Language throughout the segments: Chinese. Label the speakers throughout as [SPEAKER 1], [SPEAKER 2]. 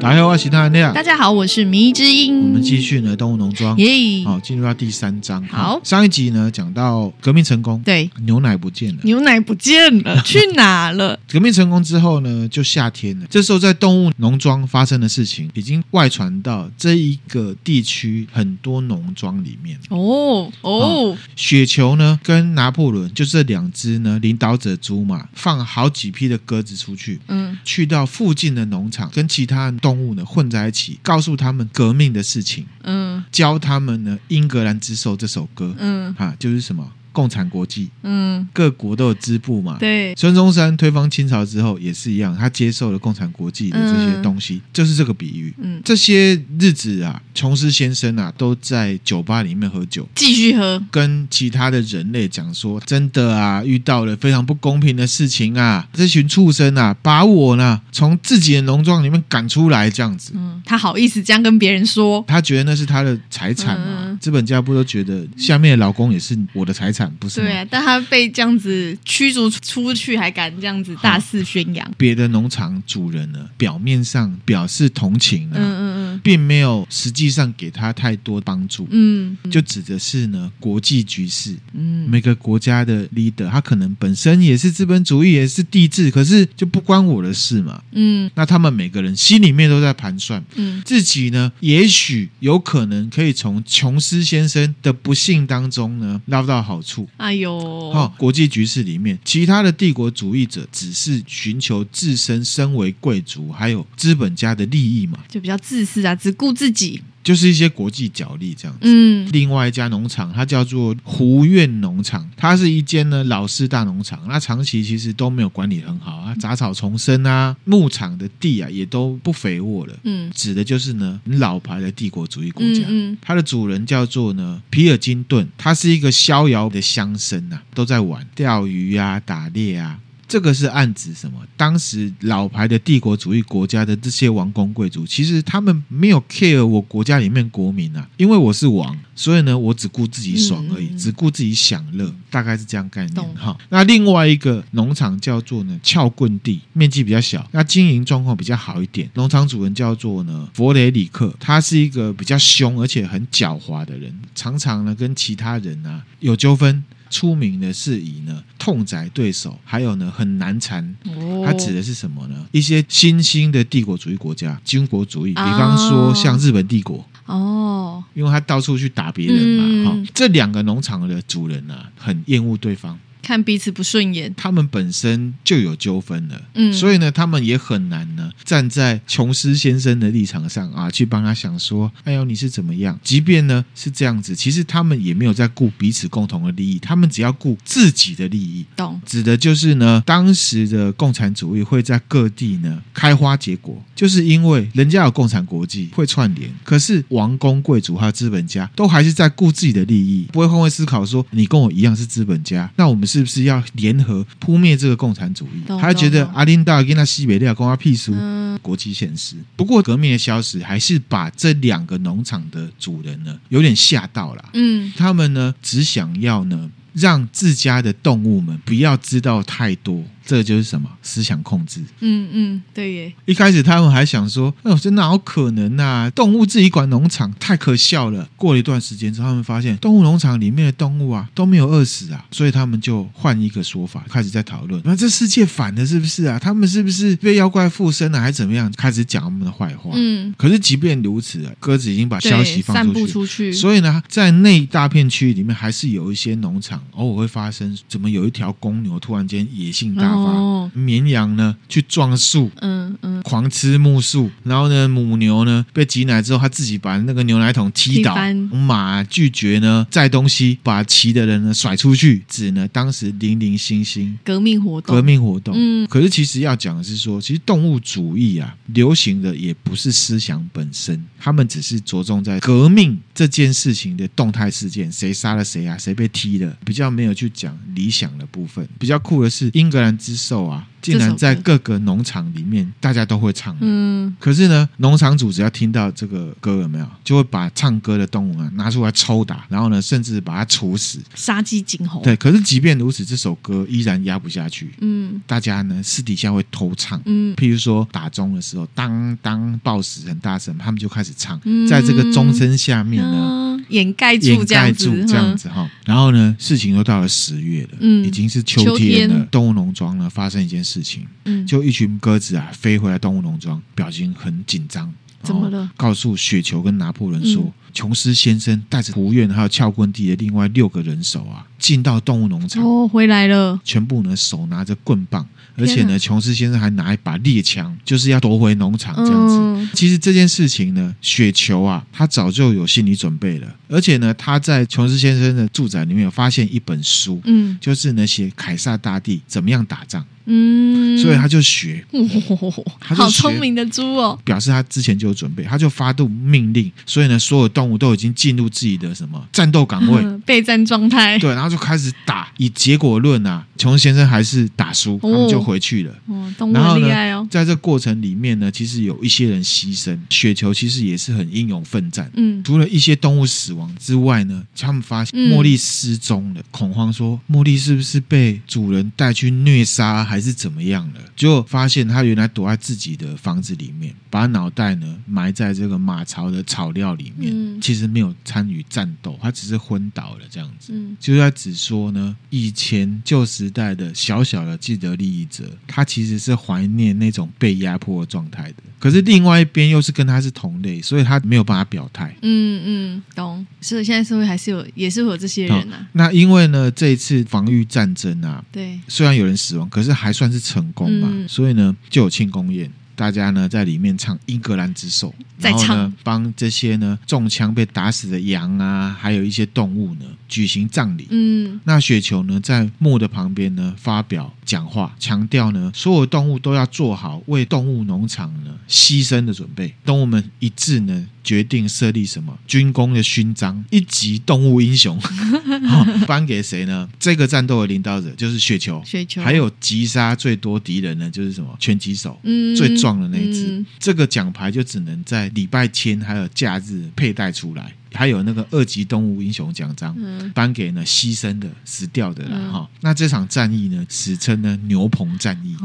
[SPEAKER 1] 来喽，我是大亮
[SPEAKER 2] 大。家好，我是迷之音。
[SPEAKER 1] 我们继续呢，《动物农庄》
[SPEAKER 2] 耶，
[SPEAKER 1] 好，进入到第三章。
[SPEAKER 2] 好
[SPEAKER 1] 上一集呢讲到革命成功，
[SPEAKER 2] 对，
[SPEAKER 1] 牛奶不见了。
[SPEAKER 2] 牛奶不见 了，去哪了？
[SPEAKER 1] 革命成功之后呢，就夏天了。这时候在动物农庄发生的事情，已经外传到这一个地区很多农庄里面。
[SPEAKER 2] 哦哦
[SPEAKER 1] 哦，雪球呢，跟拿破仑就这两只呢领导者猪嘛，放好几批的鸽子出去，
[SPEAKER 2] 嗯，
[SPEAKER 1] 去到附近的农场，跟其他动物呢混在一起，告诉他们革命的事情，
[SPEAKER 2] 嗯
[SPEAKER 1] 教他们呢《英格兰之首》这首歌，
[SPEAKER 2] 嗯
[SPEAKER 1] 啊，就是什么共产国际，
[SPEAKER 2] 嗯，
[SPEAKER 1] 各国都有支部嘛，
[SPEAKER 2] 对，
[SPEAKER 1] 孙中山推翻清朝之后也是一样，他接受了共产国际的这些东西，就是这个比喻。
[SPEAKER 2] 嗯，
[SPEAKER 1] 这些日子啊，琼斯先生啊，都在酒吧里面喝酒，
[SPEAKER 2] 继续喝。
[SPEAKER 1] 跟其他的人类讲说：“真的啊，遇到了非常不公平的事情啊，这群畜生啊，把我呢从自己的农庄里面赶出来，这样子。”
[SPEAKER 2] 嗯，他好意思这样跟别人说？
[SPEAKER 1] 他觉得那是他的财产嘛
[SPEAKER 2] 嗯，
[SPEAKER 1] 资本家不都觉得下面的老公也是我的财产，不是吗？
[SPEAKER 2] 对啊，但他被这样子驱逐出去，还敢这样子大肆宣扬？
[SPEAKER 1] 别的农场主人呢，表面上表示同情啊，
[SPEAKER 2] 嗯嗯
[SPEAKER 1] 并没有实际上给他太多帮助。
[SPEAKER 2] 嗯嗯，
[SPEAKER 1] 就指的是呢，国际局势，
[SPEAKER 2] 嗯
[SPEAKER 1] 每个国家的 leader，他可能本身也是资本主义，也是帝制，可是就不关我的事嘛。
[SPEAKER 2] 嗯
[SPEAKER 1] 那他们每个人心里面都在盘算，
[SPEAKER 2] 嗯
[SPEAKER 1] 自己呢，也许有可能可以从琼斯先生的不幸当中呢捞到好处。
[SPEAKER 2] 哎呦，
[SPEAKER 1] 哦，国际局势里面，其他的帝国主义者只是寻求自身身为贵族还有资本家的利益嘛，
[SPEAKER 2] 就比较自私啊，只顾自己。
[SPEAKER 1] 就是一些国际角力这样子。
[SPEAKER 2] 嗯
[SPEAKER 1] 另外一家农场，它叫做胡苑农场，它是一间呢老式大农场。那长期其实都没有管理很好啊，杂草丛生啊，牧场的地啊也都不肥沃了，
[SPEAKER 2] 嗯
[SPEAKER 1] 指的就是呢很老牌的帝国主义国家。
[SPEAKER 2] 嗯嗯
[SPEAKER 1] 它的主人叫做呢皮尔金顿，他是一个逍遥的乡绅啊，都在玩钓鱼啊、打猎啊。这个是暗指什么？当时老牌的帝国主义国家的这些王公贵族，其实他们没有 care 我国家里面国民啊，因为我是王，所以呢，我只顾自己爽而已，
[SPEAKER 2] 嗯嗯嗯
[SPEAKER 1] 只顾自己享乐，大概是这样概念
[SPEAKER 2] 懂
[SPEAKER 1] 哈。那另外一个农场叫做呢撬棍地，面积比较小，那经营状况比较好一点。农场主人叫做呢弗雷里克，他是一个比较凶而且很狡猾的人，常常呢跟其他人啊有纠纷。出名的是以呢痛宰对手，还有呢很难缠。
[SPEAKER 2] 哦
[SPEAKER 1] 它指的是什么呢？一些新兴的帝国主义国家、军国主义，比
[SPEAKER 2] 啊
[SPEAKER 1] 方说像日本帝国，
[SPEAKER 2] 哦，
[SPEAKER 1] 因为他到处去打别人
[SPEAKER 2] 嗯
[SPEAKER 1] 嘛。哈、这两个农场的主人啊，很厌恶对方，
[SPEAKER 2] 看彼此不顺眼。
[SPEAKER 1] 他们本身就有纠纷了，
[SPEAKER 2] 嗯
[SPEAKER 1] 所以呢，他们也很难呢站在琼斯先生的立场上啊，去帮他想说，哎呦你是怎么样？即便呢是这样子，其实他们也没有在顾彼此共同的利益，他们只要顾自己的利益。
[SPEAKER 2] 懂，
[SPEAKER 1] 指的就是呢，当时的共产主义会在各地呢开花结果，就是因为人家有共产国际会串联，可是王公贵族还有资本家都还是在顾自己的利益，不会换位思考说你跟我一样是资本家，那我们是不是要联合扑灭这个共产主义？
[SPEAKER 2] 懂
[SPEAKER 1] 他觉得
[SPEAKER 2] 懂懂
[SPEAKER 1] 阿林达跟那西北利亚跟他屁书。
[SPEAKER 2] 嗯
[SPEAKER 1] 国际现实，不过革命的消失还是把这两个农场的主人呢有点吓到了。
[SPEAKER 2] 嗯
[SPEAKER 1] 他们呢只想要呢让自家的动物们不要知道太多，这就是什么思想控制。
[SPEAKER 2] 嗯嗯，对耶，
[SPEAKER 1] 一开始他们还想说，哎呦，这哪有可能啊？动物自己管农场，太可笑了。过了一段时间之后，他们发现动物农场里面的动物啊都没有饿死啊，所以他们就换一个说法，开始在讨论，啊那这世界反了是不是啊？他们是不是被妖怪附身了，还是怎么样？开始讲他们的坏话。
[SPEAKER 2] 嗯，
[SPEAKER 1] 可是即便如此啊，鸽子已经把消息
[SPEAKER 2] 对，
[SPEAKER 1] 放
[SPEAKER 2] 散
[SPEAKER 1] 出去
[SPEAKER 2] 布
[SPEAKER 1] 了，
[SPEAKER 2] 出去，
[SPEAKER 1] 所以呢，在那一大片区域里面，还是有一些农场偶尔会发生，怎么有一条公牛突然间野性大发，
[SPEAKER 2] 哦
[SPEAKER 1] 绵羊呢去撞树。
[SPEAKER 2] 嗯嗯，
[SPEAKER 1] 狂吃木树，然后呢，母牛呢被挤奶之后，它自己把那个牛奶桶踢倒
[SPEAKER 2] 踢，翻
[SPEAKER 1] 马拒绝呢载东西，把骑的人呢甩出去，指呢当时零零星星
[SPEAKER 2] 革命活动，
[SPEAKER 1] 革命活动。
[SPEAKER 2] 哦嗯
[SPEAKER 1] 可是其实要讲的是说，其实动物主义啊，流行的也不是思想本身，他们只是着重在革命这件事情的动态事件，谁杀了谁啊，谁被踢了，比较没有去讲理想的部分。比较酷的是，英格兰之兽啊，竟然在
[SPEAKER 2] 这首
[SPEAKER 1] 各个农场里面大家都会唱。
[SPEAKER 2] 嗯，
[SPEAKER 1] 可是呢，农场主只要听到这个歌有没有，就会把唱歌的动物啊拿出来抽打，然后呢，甚至把它处死。
[SPEAKER 2] 杀鸡儆猴，
[SPEAKER 1] 对，可是即便如此，这首歌依然压不下去，
[SPEAKER 2] 嗯
[SPEAKER 1] 大家呢私底下会偷唱。
[SPEAKER 2] 嗯
[SPEAKER 1] 譬如说打钟的时候，当当报时很大声，他们就开始唱，
[SPEAKER 2] 嗯
[SPEAKER 1] 在这个钟声下面呢，
[SPEAKER 2] 嗯，掩盖
[SPEAKER 1] 掩
[SPEAKER 2] 住这
[SPEAKER 1] 盖
[SPEAKER 2] 样子
[SPEAKER 1] 住，这样
[SPEAKER 2] 嗯
[SPEAKER 1] 子哈。然后呢，事情又到了十月了，
[SPEAKER 2] 嗯
[SPEAKER 1] 已经是秋天了。
[SPEAKER 2] 秋天
[SPEAKER 1] 动物农庄呢发生一件事情，
[SPEAKER 2] 嗯，
[SPEAKER 1] 就一群鸽子啊飞回来动物农庄，表情很紧张。
[SPEAKER 2] 怎么了
[SPEAKER 1] 然后告诉雪球跟拿破仑说，
[SPEAKER 2] 嗯
[SPEAKER 1] 琼斯先生带着胡院还有撬棍地的另外六个人手啊，进到动物农场，
[SPEAKER 2] 哦，回来了，
[SPEAKER 1] 全部呢手拿着棍棒，而
[SPEAKER 2] 天
[SPEAKER 1] 且呢，
[SPEAKER 2] 哪
[SPEAKER 1] 琼斯先生还拿一把猎枪，就是要夺回农场这样子。
[SPEAKER 2] 嗯
[SPEAKER 1] 其实这件事情呢，雪球啊，他早就有心理准备了，而且呢，他在琼斯先生的住宅里面有发现一本书，
[SPEAKER 2] 嗯
[SPEAKER 1] 就是呢写凯撒大帝怎么样打仗，
[SPEAKER 2] 嗯，
[SPEAKER 1] 所以他就学，
[SPEAKER 2] 哦
[SPEAKER 1] 他就
[SPEAKER 2] 好
[SPEAKER 1] 学
[SPEAKER 2] 聪明的猪哦，
[SPEAKER 1] 表示他之前就有准备，他就发动命令，所以呢，所有动物都已经进入自己的什么战斗岗位，
[SPEAKER 2] 嗯备战状态，
[SPEAKER 1] 对，然后就开始打。以结果论啊，琼斯先生还是打输，他们就回去了。
[SPEAKER 2] 哦，动物
[SPEAKER 1] 然后
[SPEAKER 2] 很
[SPEAKER 1] 呢
[SPEAKER 2] 厉害哦，
[SPEAKER 1] 在这过程里面呢，其实有一些人牺牲，雪球其实也是很英勇奋战。
[SPEAKER 2] 嗯
[SPEAKER 1] 除了一些动物死亡之外呢，他们发现
[SPEAKER 2] 嗯
[SPEAKER 1] 茉莉失踪了，恐慌说茉莉是不是被主人带去虐杀还是怎么样了？结果发现她原来躲在自己的房子里面，把脑袋呢埋在这个马槽的草料里面，
[SPEAKER 2] 嗯
[SPEAKER 1] 其实没有参与战斗，她只是昏倒了这样子。
[SPEAKER 2] 嗯
[SPEAKER 1] 就在只说呢，以前旧时代的小小的既得利益者，他其实是怀念那种被压迫的状态的。可是另外一边又是跟他是同类，所以他没有办法表态。
[SPEAKER 2] 嗯嗯，懂。所以现在社会还是有，也是会有这些人啊，
[SPEAKER 1] 那因为呢，这一次防御战争啊，
[SPEAKER 2] 对，
[SPEAKER 1] 虽然有人死亡，可是还算是成功嘛，
[SPEAKER 2] 嗯
[SPEAKER 1] 所以呢，就有庆功宴。大家呢在里面唱《英格兰之首》，
[SPEAKER 2] 再
[SPEAKER 1] 然后呢
[SPEAKER 2] 唱
[SPEAKER 1] 帮这些呢中枪被打死的羊啊，还有一些动物呢举行葬礼。
[SPEAKER 2] 嗯
[SPEAKER 1] 那雪球呢，在墓的旁边呢发表讲话，强调呢，所有动物都要做好为动物农场呢牺牲的准备。动物们一致呢决定设立什么军工的勋章，一级动物英雄， 哦颁给谁呢？这个战斗的领导者就是雪球，
[SPEAKER 2] 雪球
[SPEAKER 1] 还有击杀最多敌人呢，就是什么拳击手。
[SPEAKER 2] 嗯
[SPEAKER 1] 最壮的那一只，
[SPEAKER 2] 嗯
[SPEAKER 1] 这个奖牌就只能在礼拜天还有假日佩戴出来，还有那个二级动物英雄奖章，
[SPEAKER 2] 嗯
[SPEAKER 1] 颁给呢牺牲的、死掉的啦
[SPEAKER 2] 嗯
[SPEAKER 1] 哈、那这场战役呢，史称呢牛棚战役，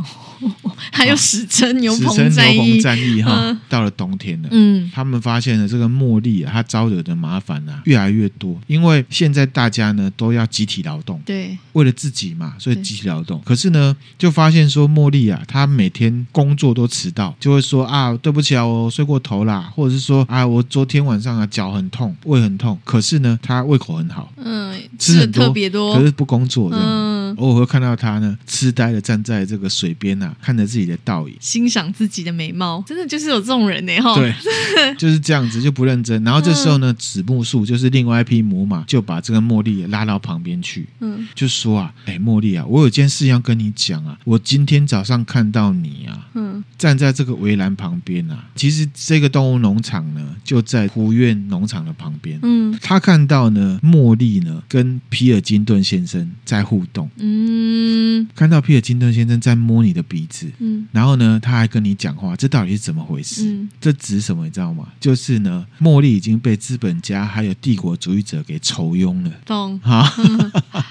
[SPEAKER 2] 还有史称哦牛
[SPEAKER 1] 啊史
[SPEAKER 2] 棚
[SPEAKER 1] 称
[SPEAKER 2] 战
[SPEAKER 1] 牛
[SPEAKER 2] 役
[SPEAKER 1] 棚，战役哈、
[SPEAKER 2] 嗯
[SPEAKER 1] 到了冬天了。
[SPEAKER 2] 嗯
[SPEAKER 1] 他们发现了这个茉莉啊，她招惹的麻烦啊越来越多，因为现在大家呢都要集体劳动，
[SPEAKER 2] 对，
[SPEAKER 1] 为了自己嘛，所以
[SPEAKER 2] 对
[SPEAKER 1] 集体劳动。可是呢，就发现说茉莉啊，她每天工作都迟到，就会说啊，对不起啊，我睡过头啦，或者是说啊，我昨天晚上啊脚很痛，胃很痛。可是呢，她胃口很好，
[SPEAKER 2] 嗯，
[SPEAKER 1] 吃
[SPEAKER 2] 的
[SPEAKER 1] 很多，
[SPEAKER 2] 特别多
[SPEAKER 1] 可，是不工作这样。
[SPEAKER 2] 嗯，
[SPEAKER 1] 偶尔会看到他呢，痴呆的站在这个水边啊，看着自己的倒影。
[SPEAKER 2] 欣赏自己的美貌，真的就是有这种人呢，哈，
[SPEAKER 1] 对，就是这样子，就不认真。然后这时候
[SPEAKER 2] 嗯
[SPEAKER 1] 呢，子木树就是另外一匹母马，就把这个茉莉拉到旁边去，
[SPEAKER 2] 嗯
[SPEAKER 1] 就说啊，哎，茉莉啊，我有件事要跟你讲啊，我今天早上看到你啊，
[SPEAKER 2] 嗯
[SPEAKER 1] 站在这个围栏旁边啊。其实这个动物农场呢，就在胡院农场的旁边。
[SPEAKER 2] 嗯
[SPEAKER 1] 他看到呢，茉莉呢跟皮尔金顿先生在互动，
[SPEAKER 2] 嗯
[SPEAKER 1] 看到皮尔金顿先生在摸你的鼻子，
[SPEAKER 2] 嗯
[SPEAKER 1] 然后呢，他还跟你讲话，这到底是怎么回事？
[SPEAKER 2] 嗯
[SPEAKER 1] 这指什么？你知道吗？就是呢，茉莉已经被资本家还有帝国主义者给仇庸了。
[SPEAKER 2] 懂，
[SPEAKER 1] 哈，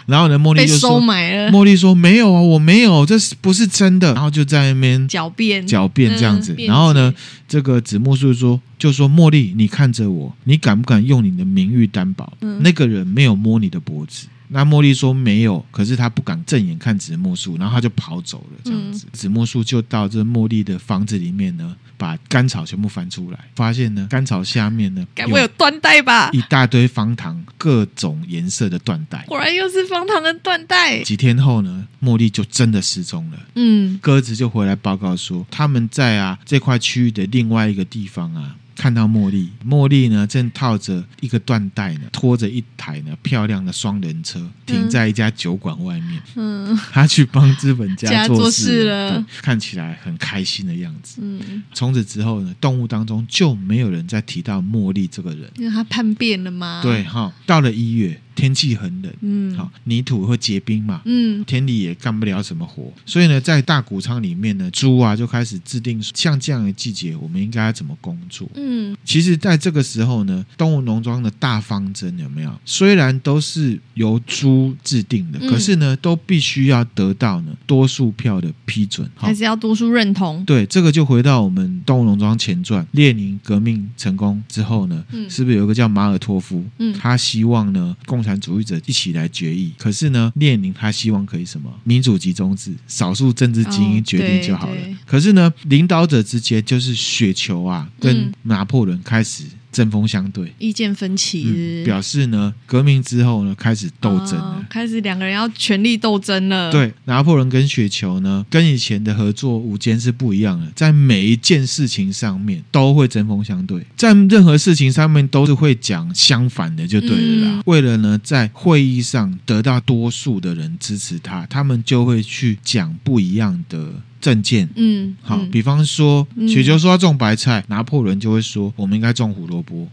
[SPEAKER 1] 然后呢，茉莉
[SPEAKER 2] 被
[SPEAKER 1] 就
[SPEAKER 2] 收
[SPEAKER 1] 说
[SPEAKER 2] 买：“ 了，
[SPEAKER 1] 茉莉说没有啊，我没有，这是不是真的？”然后就在那边
[SPEAKER 2] 狡辩，
[SPEAKER 1] 狡辩这样子。
[SPEAKER 2] 嗯辩解
[SPEAKER 1] 然后呢，这个子木树说：“就说茉莉，你看着我，你敢不敢用你的名誉担保？
[SPEAKER 2] 嗯
[SPEAKER 1] 那个人没有摸你的脖子。”那茉莉说没有，可是她不敢正眼看子木树，然后她就跑走了。这样子，
[SPEAKER 2] 嗯
[SPEAKER 1] 子木树就到这茉莉的房子里面呢，把干草全部翻出来，发现呢干草下面呢
[SPEAKER 2] 该不会有缎带吧？
[SPEAKER 1] 一大堆方糖，各种颜色的缎 带。
[SPEAKER 2] 果然又是方糖的缎带，
[SPEAKER 1] 几天后呢，茉莉就真的失踪了。
[SPEAKER 2] 嗯
[SPEAKER 1] 鸽子就回来报告说，他们在啊这块区域的另外一个地方啊。看到茉莉，茉莉呢正套着一个缎带呢，拖着一台呢漂亮的双人车，停在一家酒馆外面。
[SPEAKER 2] 嗯。
[SPEAKER 1] 她去帮资本家
[SPEAKER 2] 家
[SPEAKER 1] 做
[SPEAKER 2] 做
[SPEAKER 1] 事
[SPEAKER 2] 事
[SPEAKER 1] 了，
[SPEAKER 2] 了
[SPEAKER 1] 对看起来很开心的样子。
[SPEAKER 2] 嗯，
[SPEAKER 1] 从此之后呢，动物当中就没有人再提到茉莉这个人。
[SPEAKER 2] 因为他叛变了嘛。
[SPEAKER 1] 对，哈，到了一月，天气很冷，
[SPEAKER 2] 啊嗯，
[SPEAKER 1] 好、，泥土会结冰嘛，
[SPEAKER 2] 嗯，
[SPEAKER 1] 田里也干不了什么活，所以呢，在大谷仓里面呢，猪啊就开始制定像这样的季节，我们应该要怎么工作。
[SPEAKER 2] 嗯，
[SPEAKER 1] 其实，在这个时候呢，动物农庄的大方针有没有？虽然都是由猪制定的，
[SPEAKER 2] 嗯
[SPEAKER 1] 可是呢，都必须要得到呢多数票的批准。好
[SPEAKER 2] 还是要多数认同，
[SPEAKER 1] 对，这个就回到我们《动物农庄前传》，列宁革命成功之后呢，
[SPEAKER 2] 嗯
[SPEAKER 1] 是不是有一个叫马尔托夫？
[SPEAKER 2] 嗯
[SPEAKER 1] 他希望呢共产主义者一起来决议，可是呢，列宁他希望可以什么民主集中制，少数政治精英
[SPEAKER 2] 哦
[SPEAKER 1] 决定就好了。
[SPEAKER 2] 对对
[SPEAKER 1] 可是呢，领导者之间就是雪球啊，跟
[SPEAKER 2] 嗯
[SPEAKER 1] 拿破仑开始针锋相对。
[SPEAKER 2] 意见分歧是不是，
[SPEAKER 1] 表示呢，革命之后呢，开始嗯斗争了。
[SPEAKER 2] 哦开始两个人要权力斗争了，，
[SPEAKER 1] 对，拿破仑跟雪球呢，跟以前的合作五间是不一样的，在每一件事情上面都会针锋相对，在任何事情上面都是会讲相反的，就对了啦。
[SPEAKER 2] 嗯
[SPEAKER 1] 为了呢，在会议上得到多数的人支持他，他们就会去讲不一样的政见。
[SPEAKER 2] 嗯，
[SPEAKER 1] 好，
[SPEAKER 2] 嗯
[SPEAKER 1] 比方说
[SPEAKER 2] 嗯
[SPEAKER 1] 雪球说要种白菜，拿破仑就会说我们应该种胡萝 卜，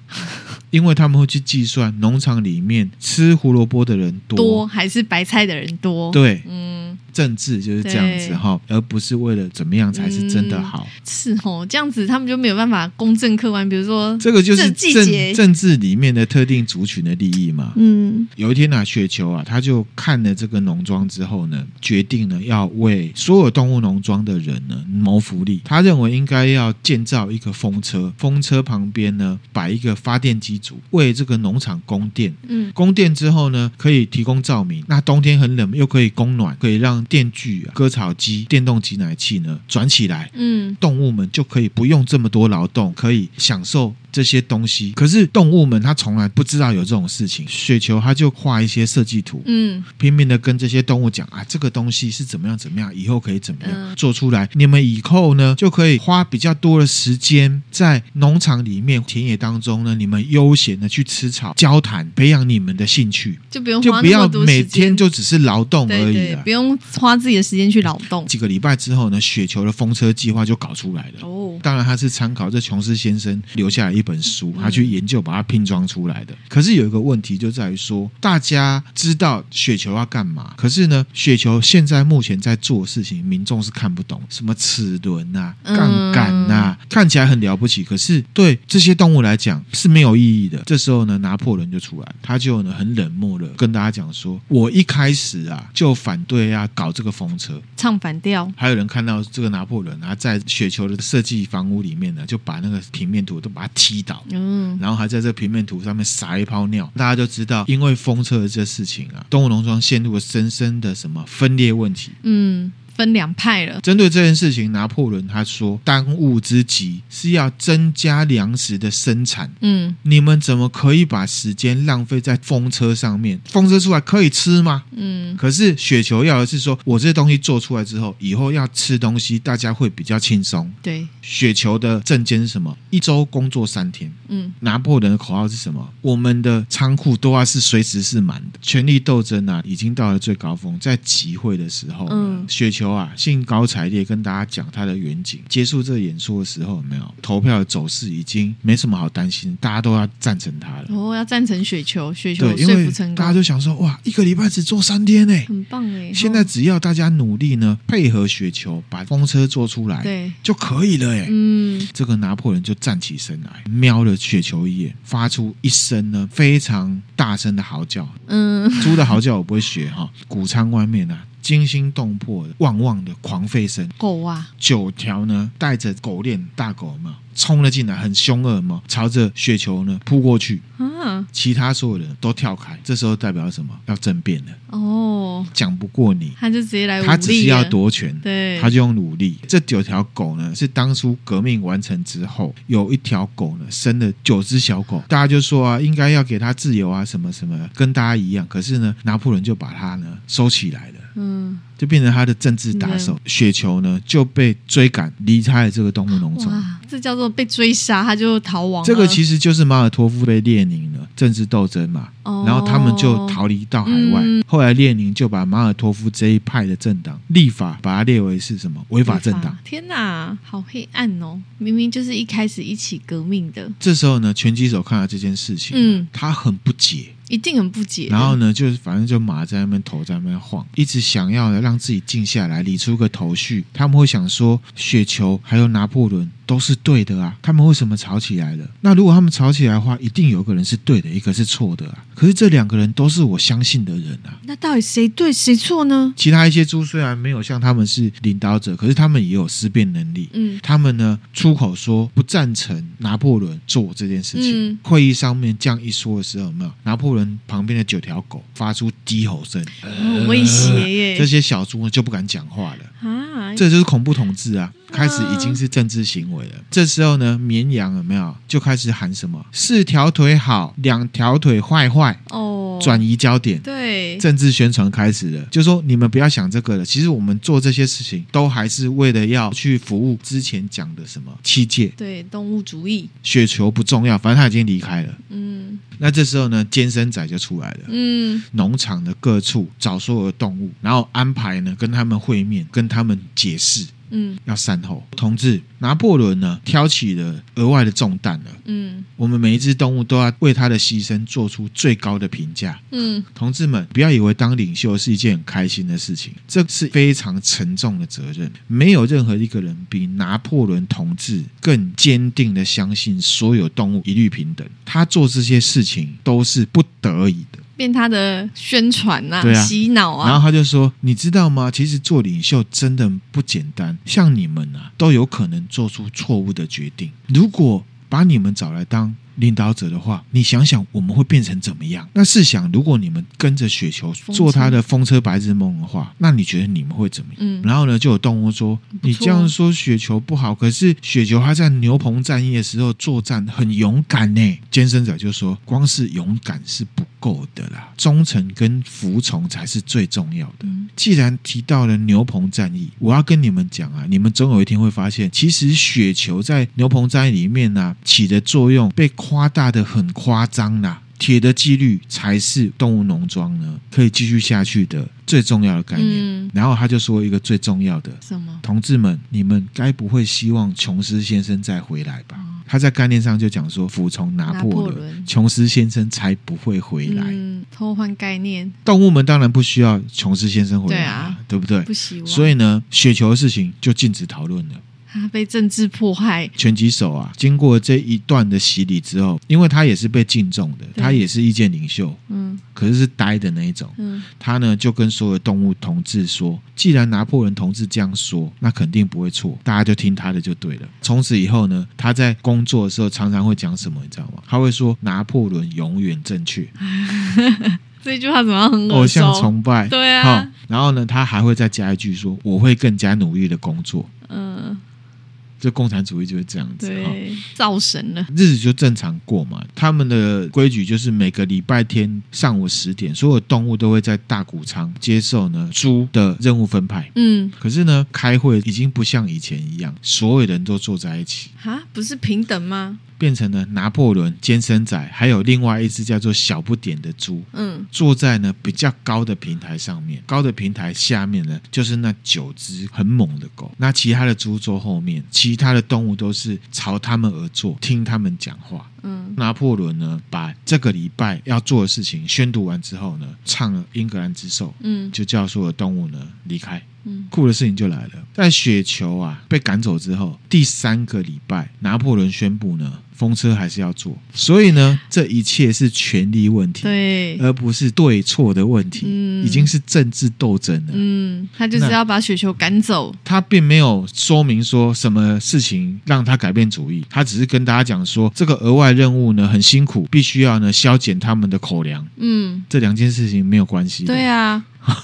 [SPEAKER 1] 因为他们会去计算农场里面吃胡萝卜的人
[SPEAKER 2] 多还是白菜的人多，，
[SPEAKER 1] 对，
[SPEAKER 2] 嗯，
[SPEAKER 1] 政治就是这样子
[SPEAKER 2] 对
[SPEAKER 1] 哈，而不是为了怎么样才是真的好。
[SPEAKER 2] 是哦，这样子他们就没有办法公正客观，比如说，
[SPEAKER 1] 这个就是
[SPEAKER 2] 这季
[SPEAKER 1] 政
[SPEAKER 2] 节
[SPEAKER 1] 政治里面的特定族群的利益嘛。
[SPEAKER 2] 嗯
[SPEAKER 1] 有一天呢、雪球啊，他就看了这个农庄之后呢，决定呢要为所有动物农庄的人呢谋福利。他认为应该要建造一个风车，风车旁边呢摆一个发电机组，为这个农场供电。
[SPEAKER 2] 嗯
[SPEAKER 1] 供电之后呢，可以提供照明。那冬天很冷，又可以供暖，可以让电锯、啊、割草机、电动挤奶器呢转起来。
[SPEAKER 2] 嗯，
[SPEAKER 1] 动物们就可以不用这么多劳动，可以享受这些东西。可是动物们它从来不知道有这种事情。雪球它就画一些设计图，
[SPEAKER 2] 嗯
[SPEAKER 1] 拼命的跟这些动物讲啊，这个东西是怎么样怎么样，以后可以怎么样、
[SPEAKER 2] 嗯
[SPEAKER 1] 做出来。你们以后呢，就可以花比较多的时间在农场里面、田野当中呢，你们悠闲的去吃草、交谈，培养你们的兴趣，
[SPEAKER 2] 就不用
[SPEAKER 1] 就
[SPEAKER 2] 嗯花
[SPEAKER 1] 不
[SPEAKER 2] 那
[SPEAKER 1] 要
[SPEAKER 2] 么多时
[SPEAKER 1] 每
[SPEAKER 2] 间，
[SPEAKER 1] 天就只是劳动而
[SPEAKER 2] 对
[SPEAKER 1] 已啊
[SPEAKER 2] 对，
[SPEAKER 1] 了
[SPEAKER 2] 不。用花自己的时间去劳动，
[SPEAKER 1] 几个礼拜之后呢，雪球的风车计划就搞出来了。
[SPEAKER 2] 哦，
[SPEAKER 1] 当然，他是参考这琼斯先生留下来一本书，
[SPEAKER 2] 嗯
[SPEAKER 1] 他去研究把它拼装出来的。可是有一个问题就在于说，大家知道雪球要干嘛，可是呢，雪球现在目前在做的事情，民众是看不懂，什么齿轮啊、
[SPEAKER 2] 嗯
[SPEAKER 1] 杠杆啊，看起来很了不起，可是对这些动物来讲是没有意义的。这时候呢，拿破仑就出来，他就呢很冷漠的跟大家讲说：“我一开始啊就反对啊搞这个风车，
[SPEAKER 2] 唱反调，
[SPEAKER 1] 还有人看到这个拿破仑啊，在雪球的设计房屋里面呢，就把那个平面图都把它踢倒，
[SPEAKER 2] 嗯
[SPEAKER 1] 然后还在这个平面图上面撒一泡尿，大家就知道，因为风车的这事情啊，动物农庄陷入了深深的什么分裂问题。
[SPEAKER 2] 嗯，分两派了，
[SPEAKER 1] 针对这件事情，拿破仑他说，当务之急是要增加粮食的生产。
[SPEAKER 2] 嗯
[SPEAKER 1] 你们怎么可以把时间浪费在风车上面？风车出来可以吃吗？
[SPEAKER 2] 嗯
[SPEAKER 1] 可是雪球要的是说，我这东西做出来之后，以后要吃东西，大家会比较轻松。
[SPEAKER 2] 对，
[SPEAKER 1] 雪球的证件是什么？一周工作三天。
[SPEAKER 2] 嗯
[SPEAKER 1] 拿破仑的口号是什么？我们的仓库都要是随时是满的。权力斗争啊，已经到了最高峰。在集会的时候呢，
[SPEAKER 2] 嗯
[SPEAKER 1] 雪球啊兴高采烈跟大家讲他的远景。结束这个演说的时候，有没有投票的走势已经没什么好担心，大家都要赞成他了。
[SPEAKER 2] 然哦后要赞成雪球，雪球
[SPEAKER 1] 对，因
[SPEAKER 2] 说
[SPEAKER 1] 为
[SPEAKER 2] 服成
[SPEAKER 1] 大家
[SPEAKER 2] 功，
[SPEAKER 1] 就想说，哇，一个礼拜只做三天呢、
[SPEAKER 2] 很棒哎，
[SPEAKER 1] 现在只要大家努力呢，配合雪球把风车做出来，
[SPEAKER 2] 对，
[SPEAKER 1] 就可以了哎、
[SPEAKER 2] 嗯
[SPEAKER 1] 这个拿破仑就站起身来，瞄了雪球一眼，发出一声呢非常大声的嚎叫。
[SPEAKER 2] 嗯
[SPEAKER 1] 猪的嚎叫我不会学哈、谷仓外面啊，惊心动魄、旺旺的狂吠声。
[SPEAKER 2] 狗啊，
[SPEAKER 1] 九条呢带着狗链大狗嘛冲了进来，很凶恶嘛，朝着雪球呢扑过去。
[SPEAKER 2] 啊
[SPEAKER 1] 其他所有人都跳开，这时候代表什么？要政变了，
[SPEAKER 2] 哦，
[SPEAKER 1] 讲不过你，
[SPEAKER 2] 他就直接来武力了，啊
[SPEAKER 1] 他只是要夺权。
[SPEAKER 2] 对，
[SPEAKER 1] 他就用努
[SPEAKER 2] 嗯
[SPEAKER 1] 力。这九条狗呢，是当初革命完成之后，有一条狗呢生了九只小狗，大家就说啊，应该要给它自由啊，什么什么，跟大家一样。可是呢，拿破仑就把它呢收起来了。
[SPEAKER 2] 嗯
[SPEAKER 1] 就变成他的政治打手，雪球呢就被追赶，离开了这个动物农场。
[SPEAKER 2] 哇，这叫做被追杀，他就逃亡啊了，
[SPEAKER 1] 这个其实就是马尔托夫被列宁了政治斗争嘛，
[SPEAKER 2] 哦
[SPEAKER 1] 然后他们就逃离到海外。
[SPEAKER 2] 嗯
[SPEAKER 1] 后来列宁就把马尔托夫这一派的政党立法，把它列为是什么违法政党。
[SPEAKER 2] 天哪，好黑暗哦！明明就是一开始一起革命的，
[SPEAKER 1] 这时候呢，拳击手看到这件事情，
[SPEAKER 2] 嗯
[SPEAKER 1] 他很不解，
[SPEAKER 2] 一定很不解。
[SPEAKER 1] 然后呢，就是反正就马在那边头在那边晃，一直想要让自己静下来，理出个头绪。他们会想说，雪球还有拿破仑都是对的啊，他们为什么吵起来了？那如果他们吵起来的话，一定有个人是对的，一个是错的啊。可是这两个人都是我相信的人啊。
[SPEAKER 2] 那到底谁对谁错呢？
[SPEAKER 1] 其他一些猪虽然没有像他们是领导者，可是他们也有思辨能力。
[SPEAKER 2] 嗯，
[SPEAKER 1] 他们呢出口说不赞成拿破仑做这件事情。
[SPEAKER 2] 嗯
[SPEAKER 1] 会议上面这样一说的时候，有没有拿破仑旁边的九条狗发出低吼声？
[SPEAKER 2] 很哦威胁
[SPEAKER 1] 呃这
[SPEAKER 2] 耶
[SPEAKER 1] 些小猪呢就不敢讲话了。
[SPEAKER 2] 啊！
[SPEAKER 1] 这就是恐怖统治啊！开始已经是政治行为了。这时候呢，绵羊有没有就开始喊什么“四条腿好，两条腿坏坏
[SPEAKER 2] 哦”，，
[SPEAKER 1] 转移焦点。
[SPEAKER 2] 对，
[SPEAKER 1] 政治宣传开始了，就说你们不要想这个了。其实我们做这些事情，都还是为了要去服务之前讲的什么七戒、
[SPEAKER 2] 对动物主义，
[SPEAKER 1] 雪球不重要，反正他已经离开了。
[SPEAKER 2] 嗯
[SPEAKER 1] 那这时候呢，尖身仔就出来了。
[SPEAKER 2] 嗯，
[SPEAKER 1] 农场的各处找所有的动物，然后安排呢跟他们会面，跟他们解释
[SPEAKER 2] 嗯
[SPEAKER 1] 要善后。同志，拿破仑呢挑起了额外的重担了，
[SPEAKER 2] 嗯
[SPEAKER 1] 我们每一只动物都要为他的牺牲做出最高的评价。
[SPEAKER 2] 嗯，
[SPEAKER 1] 同志们，不要以为当领袖是一件很开心的事情，这是非常沉重的责任。没有任何一个人比拿破仑同志更坚定的相信所有动物一律平等。他做这些事情都是不得已的。
[SPEAKER 2] 变他的宣传呐、
[SPEAKER 1] 对啊
[SPEAKER 2] 洗脑
[SPEAKER 1] 然
[SPEAKER 2] 啊，
[SPEAKER 1] 后他就说：“你知道吗？其实做领袖真的不简单，像你们啊，都有可能做出错误的决定。如果把你们找来当领导者的话，你想想我们会变成怎么样？那试想，如果你们跟着雪球
[SPEAKER 2] 车
[SPEAKER 1] 做他的风车白日梦的话，那你觉得你们会怎么样？”
[SPEAKER 2] 嗯
[SPEAKER 1] 然后呢，就有动物说：“
[SPEAKER 2] 不
[SPEAKER 1] 你
[SPEAKER 2] 错啊
[SPEAKER 1] 这样说雪球不好，可是雪球他在牛棚战役的时候作战很勇敢欸呢。”尖身仔就说：“光是勇敢是不够的啦，忠诚跟服从才是最重要的。
[SPEAKER 2] 嗯
[SPEAKER 1] 既然提到了牛棚战役，我要跟你们讲啊，你们总有一天会发现，其实雪球在牛棚战役里面呢、起的作用被夸大的很夸张啦、铁的纪律才是动物农庄呢可以继续下去的最重要的概念。
[SPEAKER 2] 嗯
[SPEAKER 1] 然后他就说一个最重要的，
[SPEAKER 2] 什么？
[SPEAKER 1] 同志们，你们该不会希望琼斯先生再回来吧？他在概念上就讲说，服从拿破
[SPEAKER 2] 嗯拿破仑
[SPEAKER 1] 仑，琼斯先生才不会回来。
[SPEAKER 2] 嗯，偷换概念，
[SPEAKER 1] 动物们当然不需要琼斯先生回来对不对？
[SPEAKER 2] 啊不希望，
[SPEAKER 1] 所以呢，雪球的事情就禁止讨论了。
[SPEAKER 2] 他啊被政治迫害，
[SPEAKER 1] 拳击手啊，经过这一段的洗礼之后，因为他也是被敬重的，
[SPEAKER 2] 对
[SPEAKER 1] 他也是意见领袖，
[SPEAKER 2] 嗯
[SPEAKER 1] 可是是呆的那一种。
[SPEAKER 2] 嗯
[SPEAKER 1] 他呢就跟所有动物同志说，既然拿破仑同志这样说，那肯定不会错，大家就听他的就对了。从此以后呢，他在工作的时候常常会讲什么，你知道吗？他会说拿破仑永远正确，
[SPEAKER 2] 这句话怎么很
[SPEAKER 1] 偶
[SPEAKER 2] 耳熟？
[SPEAKER 1] 像崇拜，
[SPEAKER 2] 对啊
[SPEAKER 1] 哈然后呢，他还会再加一句说，我会更加努力的工作。
[SPEAKER 2] 嗯，
[SPEAKER 1] 这共产主义就是这样子哈。
[SPEAKER 2] 对，造神了，
[SPEAKER 1] 日子就正常过嘛。他们的规矩就是每个礼拜天上午十点，所有动物都会在大谷仓接受呢猪的任务分派。
[SPEAKER 2] 嗯，
[SPEAKER 1] 可是呢，开会已经不像以前一样，所有人都坐在一起，
[SPEAKER 2] 哈，不是平等吗？
[SPEAKER 1] 变成了拿破仑、尖身仔，还有另外一只叫做小不点的猪，
[SPEAKER 2] 嗯
[SPEAKER 1] 坐在呢比较高的平台上面。高的平台下面呢，就是那九只很猛的狗，那其他的猪坐后面，其他的动物都是朝他们而坐，听他们讲话。
[SPEAKER 2] 嗯
[SPEAKER 1] 拿破仑呢，把这个礼拜要做的事情宣读完之后呢，唱了《英格兰之兽》，
[SPEAKER 2] 嗯
[SPEAKER 1] 就叫所有动物呢离开。
[SPEAKER 2] 嗯，
[SPEAKER 1] 酷的事情就来了，在雪球啊被赶走之后，第三个礼拜，拿破仑宣布呢，风车还是要做。所以呢，这一切是权力问题，
[SPEAKER 2] 对，
[SPEAKER 1] 而不是对错的问题，
[SPEAKER 2] 嗯
[SPEAKER 1] 已经是政治斗争了。
[SPEAKER 2] 嗯，他就是
[SPEAKER 1] 那
[SPEAKER 2] 要把雪球赶走，
[SPEAKER 1] 他并没有说明说什么事情让他改变主意，他只是跟大家讲说，这个额外任务呢很辛苦，必须要呢削减他们的口粮，
[SPEAKER 2] 嗯，
[SPEAKER 1] 这两件事情没有关系。
[SPEAKER 2] 对
[SPEAKER 1] 啊。
[SPEAKER 2] 啊，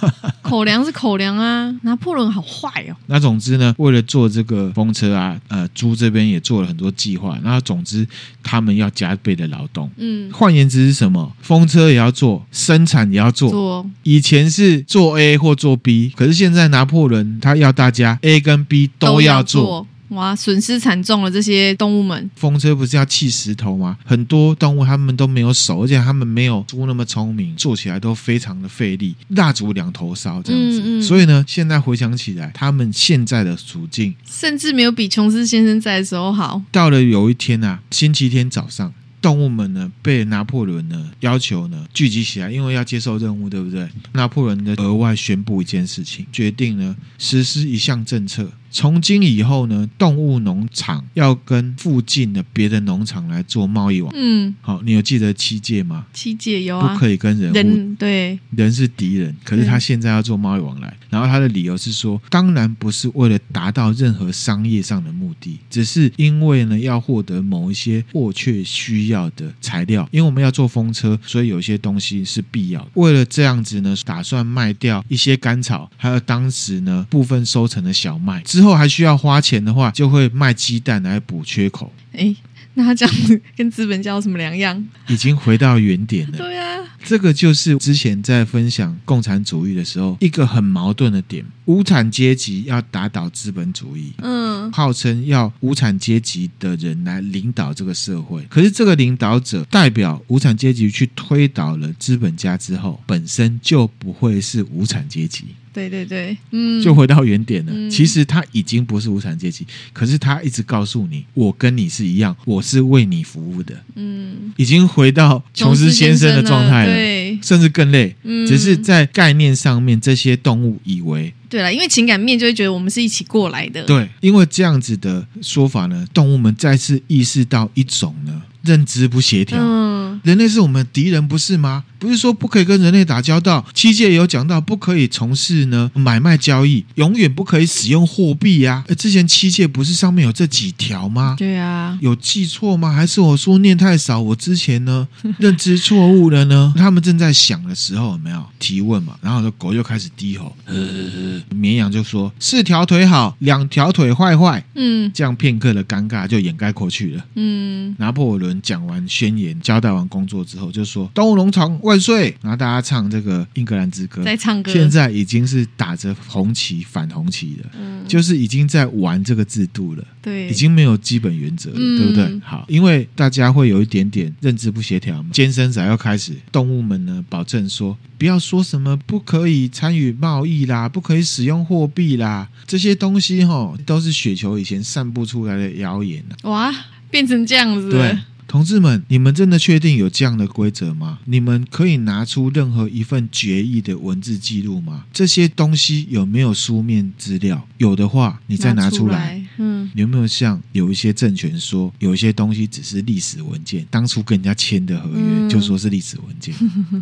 [SPEAKER 2] 口粮是口粮啊，拿破仑好坏哦，
[SPEAKER 1] 那总之呢，为了做这个风车啊，呃，猪这边也做了很多计划。那总之，他们要加倍的劳动。
[SPEAKER 2] 嗯，
[SPEAKER 1] 换言之是什么？风车也要做，生产也要做。
[SPEAKER 2] 做
[SPEAKER 1] 以前是做 A 或做 B，可是现在拿破仑他要大家 A 跟 B 都要做。
[SPEAKER 2] 做，哇，损失惨重了这些动物们，
[SPEAKER 1] 风车不是要砌石头吗？很多动物它们都没有手，而且它们没有猪那么聪明，做起来都非常的费力，蜡烛两头烧这样子。
[SPEAKER 2] 嗯嗯
[SPEAKER 1] 所以呢，现在回想起来，他们现在的处境，
[SPEAKER 2] 甚至没有比琼斯先生在的时候好，
[SPEAKER 1] 到了有一天啊，星期天早上，动物们呢被拿破仑呢要求呢聚集起来，因为要接受任务，对不对？拿破仑呢额外宣布一件事情，决定呢实施一项政策，从今以后呢，动物农场要跟附近的别的农场来做贸易往。
[SPEAKER 2] 嗯，
[SPEAKER 1] 好，你有记得七戒吗？
[SPEAKER 2] 七姐有
[SPEAKER 1] 不
[SPEAKER 2] 啊，
[SPEAKER 1] 可以跟人物
[SPEAKER 2] 人对，
[SPEAKER 1] 人是敌人，可是他现在要做贸易往来，然后他的理由是说，当然不是为了达到任何商业上的目的，只是因为呢要获得某一些迫切需要的材料，因为我们要做风车，所以有些东西是必要的。为了这样子呢，打算卖掉一些干草，还有当时呢部分收成的小麦，之后还需要花钱的话，就会卖鸡蛋来补缺口，
[SPEAKER 2] 哎，那他这样子跟资本家有什么两 样？
[SPEAKER 1] 已经回到原点了。
[SPEAKER 2] 对啊，
[SPEAKER 1] 这个就是之前在分享共产主义的时候，一个很矛盾的点：无产阶级要打倒资本主义，
[SPEAKER 2] 嗯，
[SPEAKER 1] 号称要无产阶级的人来领导这个社会。可是这个领导者代表无产阶级去推倒了资本家之后，本身就不会是无产阶级，
[SPEAKER 2] 对对对，嗯，
[SPEAKER 1] 就回到原点了。
[SPEAKER 2] 嗯
[SPEAKER 1] 其实他已经不是无产阶级，可是他一直告诉你：我跟你是一样，我是为你服务的。
[SPEAKER 2] 嗯，
[SPEAKER 1] 已经回到琼斯先生的状态
[SPEAKER 2] 了
[SPEAKER 1] 了，
[SPEAKER 2] 对，
[SPEAKER 1] 甚至更累。
[SPEAKER 2] 嗯，
[SPEAKER 1] 只是在概念上面，这些动物以为
[SPEAKER 2] 对了，因为情感面就会觉得我们是一起过来的，
[SPEAKER 1] 对，因为这样子的说法呢，动物们再次意识到一种呢认知不协调。
[SPEAKER 2] 嗯，
[SPEAKER 1] 人类是我们敌人，不是吗？不是说不可以跟人类打交道。七戒也有讲到，不可以从事呢买卖交易，永远不可以使用货币呀、呃之前七戒不是上面有这几条吗？
[SPEAKER 2] 对啊，
[SPEAKER 1] 有记错吗？还是我说念太少？我之前 呢认知错误了呢？他们正在想的时候，有没有提问嘛？然后狗就开始低 吼，呃绵羊就说四条腿好，两条腿坏坏。
[SPEAKER 2] 嗯
[SPEAKER 1] 这样片刻的尴尬就掩盖过去了。
[SPEAKER 2] 嗯，
[SPEAKER 1] 拿破仑讲完宣言，交代完工作之后，就说“动物农场万岁”，然后大家唱这个《英格兰之歌》
[SPEAKER 2] 在。唱歌，
[SPEAKER 1] 现在已经是打着红旗反红旗了，
[SPEAKER 2] 嗯，
[SPEAKER 1] 就是已经在玩这个制度了。
[SPEAKER 2] 对，
[SPEAKER 1] 已经没有基本原则了，
[SPEAKER 2] 嗯
[SPEAKER 1] 对不对？好，因为大家会有一点点认知不协调嘛。尖生仔要开始，动物们呢保证说，不要说什么不可以参与贸易啦，不可以使用货币啦，这些东西哈都是雪球以前散布出来的谣言啊。
[SPEAKER 2] 哇变成这样子了，
[SPEAKER 1] 对。同志们，你们真的确定有这样的规则吗？你们可以拿出任何一份决议的文字记录吗？这些东西有没有书面资料？有的话，你再拿出来，，
[SPEAKER 2] 嗯，
[SPEAKER 1] 有没有像有一些政权说，有一些东西只是历史文件，当初跟人家签的合约、
[SPEAKER 2] 嗯
[SPEAKER 1] 就说是历史文件，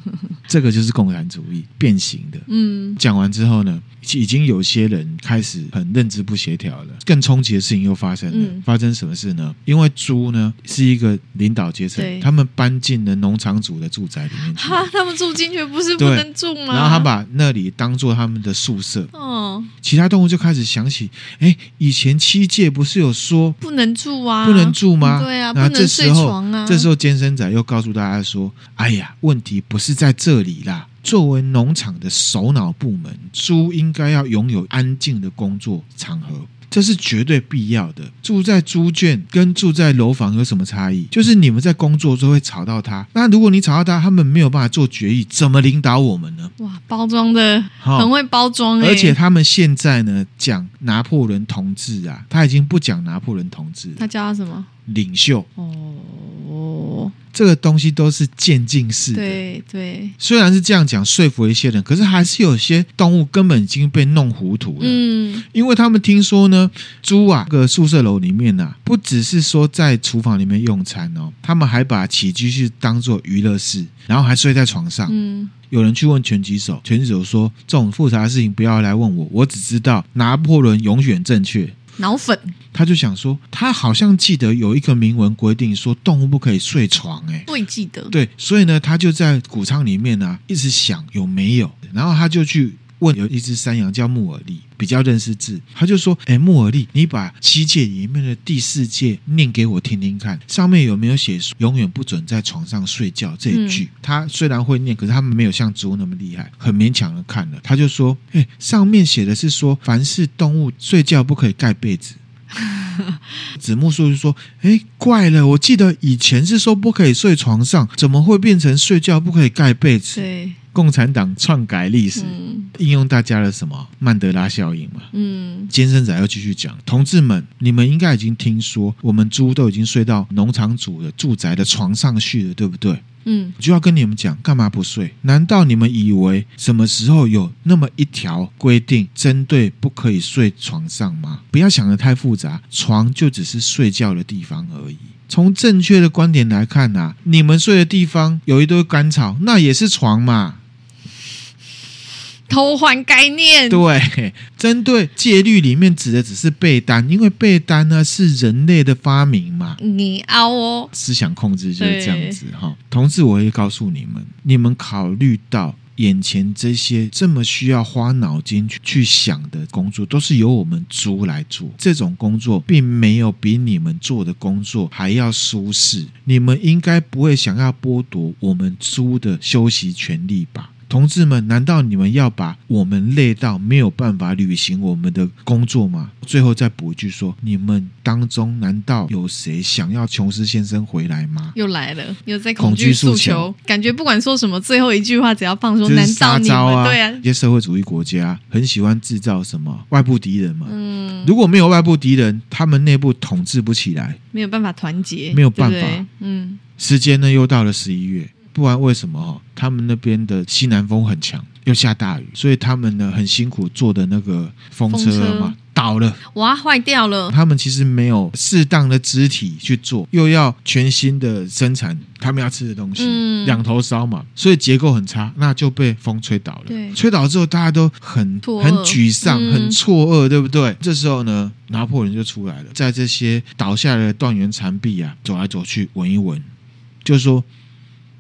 [SPEAKER 1] 这个就是共产主义变形的。
[SPEAKER 2] 嗯，
[SPEAKER 1] 讲完之后呢，已经有些人开始很认知不协调了。更冲击的事情又发生了，
[SPEAKER 2] 嗯
[SPEAKER 1] 发生什么事呢？因为猪呢是一个领导阶层，
[SPEAKER 2] 对
[SPEAKER 1] 他们搬进了农场主的住宅里面去，
[SPEAKER 2] 哈，他们住进去不是不
[SPEAKER 1] 对
[SPEAKER 2] 能住吗？
[SPEAKER 1] 然后他，把那里当做他们的宿舍。
[SPEAKER 2] 哦，
[SPEAKER 1] 其他动物就开始想起，哎，以前七界不是有说
[SPEAKER 2] 不能住啊，
[SPEAKER 1] 不能住吗？
[SPEAKER 2] 对啊，
[SPEAKER 1] 然
[SPEAKER 2] 不
[SPEAKER 1] 后这
[SPEAKER 2] 能
[SPEAKER 1] 时
[SPEAKER 2] 睡
[SPEAKER 1] 候，
[SPEAKER 2] 床啊。
[SPEAKER 1] 这时候健身仔又告诉大家说：“哎呀，问题不是在这里啦。作为农场的首脑部门，猪应该要拥有安静的工作场合。”这是绝对必要的。住在猪圈跟住在楼房有什么差异？就是你们在工作就会吵到他。那如果你吵到他，他们没有办法做决议，怎么领导我们呢？
[SPEAKER 2] 哇，包装的
[SPEAKER 1] 哈
[SPEAKER 2] 很会包装、欸，
[SPEAKER 1] 哦而且他们现在呢，讲拿破仑同志啊，他已经不讲拿破仑同志了
[SPEAKER 2] 他叫他什么？
[SPEAKER 1] 领袖，
[SPEAKER 2] 哦，
[SPEAKER 1] 这个东西都是渐进式的。
[SPEAKER 2] 对对，
[SPEAKER 1] 虽然是这样讲说服了一些人，可是还是有些动物根本已经被弄糊涂了。
[SPEAKER 2] 嗯
[SPEAKER 1] 因为他们听说呢，猪啊，这个宿舍楼里面啊，不只是说在厨房里面用餐哦，他们还把起居室当做娱乐室，然后还睡在床上。
[SPEAKER 2] 嗯，
[SPEAKER 1] 有人去问拳击手，拳击手说：“这种复杂的事情不要来问我，我只知道拿破仑永远正确。”
[SPEAKER 2] 脑粉
[SPEAKER 1] 他就想说，他好像记得有一个明文规定说动物不可以睡床、欸，
[SPEAKER 2] 不会记得，
[SPEAKER 1] 对，所以呢，他就在谷仓里面呢、一直想有没有，然后他就去问有一只山羊叫穆尔利，比较认识字，他就说：“哎，穆尔利，你把七戒里面的第四戒念给我听听看，上面有没有写说永远不准在床上睡觉这一句？”他虽然会念，可是他们没有像猪那么厉害，很勉强的看了。他就说：“哎，上面写的是说，凡是动物睡觉不可以盖被子。”子木树就说：“哎，怪了，我记得以前是说不可以睡床上，怎么会变成睡觉不可以盖被子？”
[SPEAKER 2] 对，
[SPEAKER 1] 共产党篡改历史，
[SPEAKER 2] 嗯
[SPEAKER 1] 应用大家的什么曼德拉效应嘛？
[SPEAKER 2] 嗯，
[SPEAKER 1] 尖生仔又继续讲，同志们，你们应该已经听说，我们猪都已经睡到农场主的住宅的床上去了，对不对？
[SPEAKER 2] 嗯，
[SPEAKER 1] 我就要跟你们讲，干嘛不睡？难道你们以为什么时候有那么一条规定针对不可以睡床上吗？不要想得太复杂，床就只是睡觉的地方而已。从正确的观点来看啊，你们睡的地方有一堆干草，那也是床嘛。
[SPEAKER 2] 偷换概念，
[SPEAKER 1] 对，针对戒律里面指的只是被单，因为被单呢是人类的发明嘛。
[SPEAKER 2] 你凹哦，
[SPEAKER 1] 思想控制就是这样子哈。同志，我会告诉你们，你们考虑到眼前这些这么需要花脑筋去去想的工作，都是由我们猪来做。这种工作并没有比你们做的工作还要舒适。你们应该不会想要剥夺我们猪的休息权利吧？同志们，难道你们要把我们累到没有办法履行我们的工作吗？最后再补一句说，你们当中难道有谁想要琼斯先生回来吗？
[SPEAKER 2] 又来了，又在
[SPEAKER 1] 恐
[SPEAKER 2] 惧
[SPEAKER 1] 惧诉
[SPEAKER 2] 诉
[SPEAKER 1] 求，
[SPEAKER 2] 感觉不管说什么，最后一句话只要放说，
[SPEAKER 1] 这
[SPEAKER 2] 难
[SPEAKER 1] 是
[SPEAKER 2] 道
[SPEAKER 1] 杀
[SPEAKER 2] 你
[SPEAKER 1] 招
[SPEAKER 2] 们
[SPEAKER 1] 啊！
[SPEAKER 2] 对啊
[SPEAKER 1] 一？些社会主义国家很喜欢制造什么外部敌人嘛。
[SPEAKER 2] 嗯，
[SPEAKER 1] 如果没有外部敌人，他们内部统治不起来。
[SPEAKER 2] 没有办法团结，
[SPEAKER 1] 没有办法
[SPEAKER 2] 对不对嗯，
[SPEAKER 1] 时间呢又到了十一月，不然为什么哦？他们那边的西南风很强，又下大雨，所以他们呢很辛苦做的那个风车啊
[SPEAKER 2] 风
[SPEAKER 1] 嘛
[SPEAKER 2] 车
[SPEAKER 1] 倒了。
[SPEAKER 2] 哇，坏掉了，
[SPEAKER 1] 他们其实没有适当的肢体去做，又要全新的生产他们要吃的东西，
[SPEAKER 2] 嗯
[SPEAKER 1] 两头烧嘛，所以结构很差，那就被风吹倒
[SPEAKER 2] 对
[SPEAKER 1] 了。吹倒之后，大家都很
[SPEAKER 2] 错愕
[SPEAKER 1] 很沮丧、
[SPEAKER 2] 嗯
[SPEAKER 1] 很错愕，对不对？这时候呢，拿破仑就出来了，在这些倒下来的断垣残壁啊，走来走去，闻一闻，就说。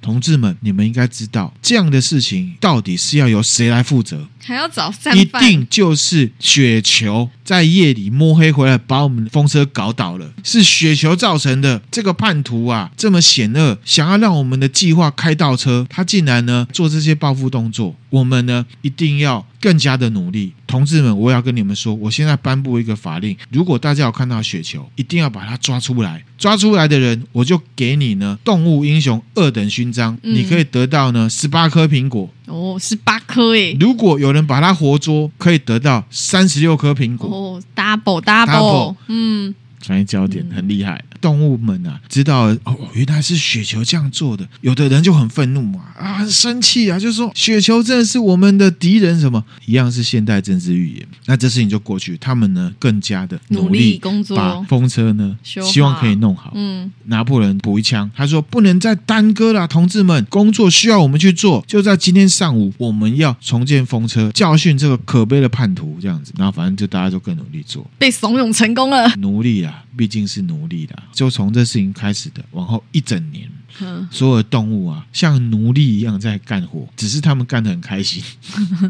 [SPEAKER 1] 同志们，你们应该知道，这样的事情到底是要由谁来负责？
[SPEAKER 2] 还要找战
[SPEAKER 1] 一
[SPEAKER 2] 犯，
[SPEAKER 1] 定就是雪球在夜里摸黑回来，把我们风车搞倒了，是雪球造成的。这个叛徒啊，这么险恶，想要让我们的计划开倒车，他竟然呢做这些报复动作，我们呢一定要更加的努力。同志们，我要跟你们说，我现在颁布一个法令，如果大家有看到雪球，一定要把它抓出来。抓出来的人，我就给你呢动物英雄二等勋章，
[SPEAKER 2] 嗯
[SPEAKER 1] 你可以得到呢十八颗苹果。
[SPEAKER 2] 哦，十八颗耶，
[SPEAKER 1] 如果有人把它活捉，可以得到三十六颗苹果。
[SPEAKER 2] 哦，double double，嗯，
[SPEAKER 1] 专业焦点很厉害，动物们啊，知道了哦，原来是雪球这样做的，有的人就很愤怒嘛，啊，很生气啊，就说雪球真的是我们的敌人，什么一样是现代政治预言。那这事情就过去，他们呢更加的
[SPEAKER 2] 努力
[SPEAKER 1] 力
[SPEAKER 2] 工
[SPEAKER 1] 把
[SPEAKER 2] 作，
[SPEAKER 1] 风车呢，
[SPEAKER 2] 修
[SPEAKER 1] 希望
[SPEAKER 2] 好
[SPEAKER 1] 可以弄好。
[SPEAKER 2] 嗯，
[SPEAKER 1] 拿破仑补一枪，他说：“不能再耽搁了，同志们，工作需要我们去做。就在今天上午，我们要重建风车，教训这个可悲的叛徒。”这样子，然后反正就大家就更努力做，
[SPEAKER 2] 被怂恿成功了，
[SPEAKER 1] 奴隶啦，毕竟是奴隶啦，就从这事情开始的，往后一整年，
[SPEAKER 2] 嗯，
[SPEAKER 1] 所有的动物啊，像奴隶一样在干活，只是他们干得很开心，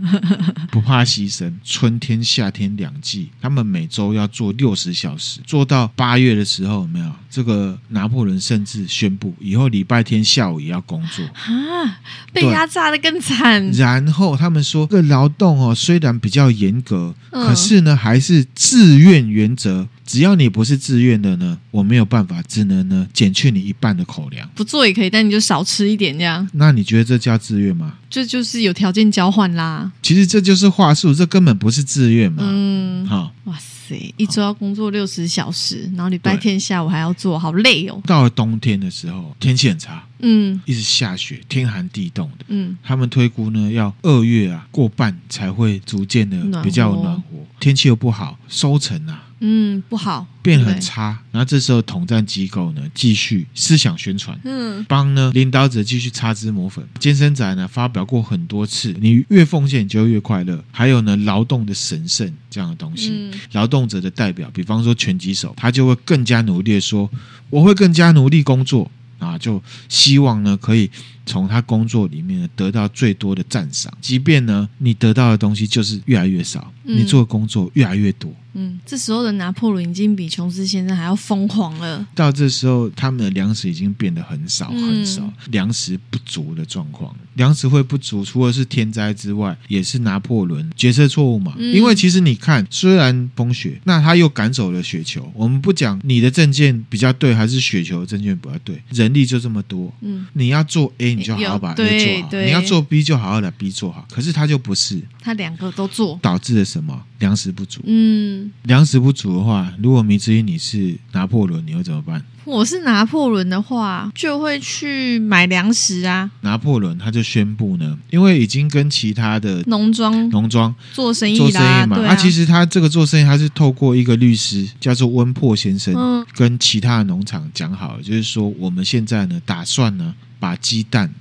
[SPEAKER 1] 不怕牺牲。春天、夏天两季，他们每周要做六十小时，做到八月的时候，有没有这个拿破仑甚至宣布以后礼拜天下午也要工作。
[SPEAKER 2] 啊，被
[SPEAKER 1] 对
[SPEAKER 2] 压榨的更惨，
[SPEAKER 1] 然后他们说，这个劳动哦，虽然比较严格，
[SPEAKER 2] 嗯
[SPEAKER 1] 可是呢，还是自愿原则。只要你不是自愿的呢，我没有办法，只能呢减去你一半的口粮。
[SPEAKER 2] 不做也可以，但你就少吃一点，这样，
[SPEAKER 1] 那你觉得这叫自愿吗？
[SPEAKER 2] 这就是有条件交换啦，
[SPEAKER 1] 其实这就是话术，这根本不是自愿嘛。
[SPEAKER 2] 嗯。
[SPEAKER 1] 好、
[SPEAKER 2] 哇塞！一周要工作六十小时，然后礼拜天下午还要做，好累哦。
[SPEAKER 1] 到了冬天的时候，天气很差，
[SPEAKER 2] 嗯
[SPEAKER 1] 一直下雪，天寒地冻的。
[SPEAKER 2] 嗯，
[SPEAKER 1] 他们推估呢，要二月啊过半才会逐渐
[SPEAKER 2] 暖
[SPEAKER 1] 的
[SPEAKER 2] 和
[SPEAKER 1] 比较暖和，天气又不好，收成啊
[SPEAKER 2] 嗯，不好，
[SPEAKER 1] 变很
[SPEAKER 2] 对
[SPEAKER 1] 差。然后这时候统战机构呢继续思想宣传。
[SPEAKER 2] 嗯
[SPEAKER 1] 帮呢领导者继续擦脂抹粉。健身仔呢发表过很多次，你越奉献，你就越快乐。还有呢，劳动的神圣这样的东西，
[SPEAKER 2] 嗯
[SPEAKER 1] 劳动者的代表，比方说拳击手，他就会更加努力的说，我会更加努力工作啊，就希望呢可以从他工作里面呢得到最多的赞赏。即便呢，你得到的东西就是越来越少，
[SPEAKER 2] 嗯
[SPEAKER 1] 你做的工作越来越多。
[SPEAKER 2] 嗯，这时候的拿破仑已经比琼斯先生还要疯狂了。
[SPEAKER 1] 到这时候，他们的粮食已经变得很少
[SPEAKER 2] 嗯
[SPEAKER 1] 很少，粮食不足的状况。粮食会不足，除了是天灾之外，也是拿破仑决策错误嘛。
[SPEAKER 2] 嗯
[SPEAKER 1] 因为其实你看，虽然风雪，那他又赶走了雪球。我们不讲你的证件比较对，还是雪球的证件比较对，人力就这么多。
[SPEAKER 2] 嗯，
[SPEAKER 1] 你要做 A，你就好好把
[SPEAKER 2] 有对
[SPEAKER 1] A 做好；
[SPEAKER 2] 对
[SPEAKER 1] 你要做 B，就好好把 B 做好。可是他就不是，
[SPEAKER 2] 他两个都做。
[SPEAKER 1] 导致了什么？粮食不足。
[SPEAKER 2] 嗯，
[SPEAKER 1] 粮食不足的话，如果迷之音你是拿破仑，你会怎么办？
[SPEAKER 2] 我是拿破仑的话，就会去买粮食啊，
[SPEAKER 1] 拿破仑他就宣布呢，因为已经跟其他的
[SPEAKER 2] 农庄
[SPEAKER 1] 农庄
[SPEAKER 2] 做生
[SPEAKER 1] 做
[SPEAKER 2] 嗯意
[SPEAKER 1] 生
[SPEAKER 2] 啦，
[SPEAKER 1] 意嘛，
[SPEAKER 2] 对
[SPEAKER 1] 啊，其实他这个做生意，他是透过一个律师叫做温珀先生，
[SPEAKER 2] 嗯
[SPEAKER 1] 跟其他的农场讲好了，就是说我们现在呢，打算呢把鸡蛋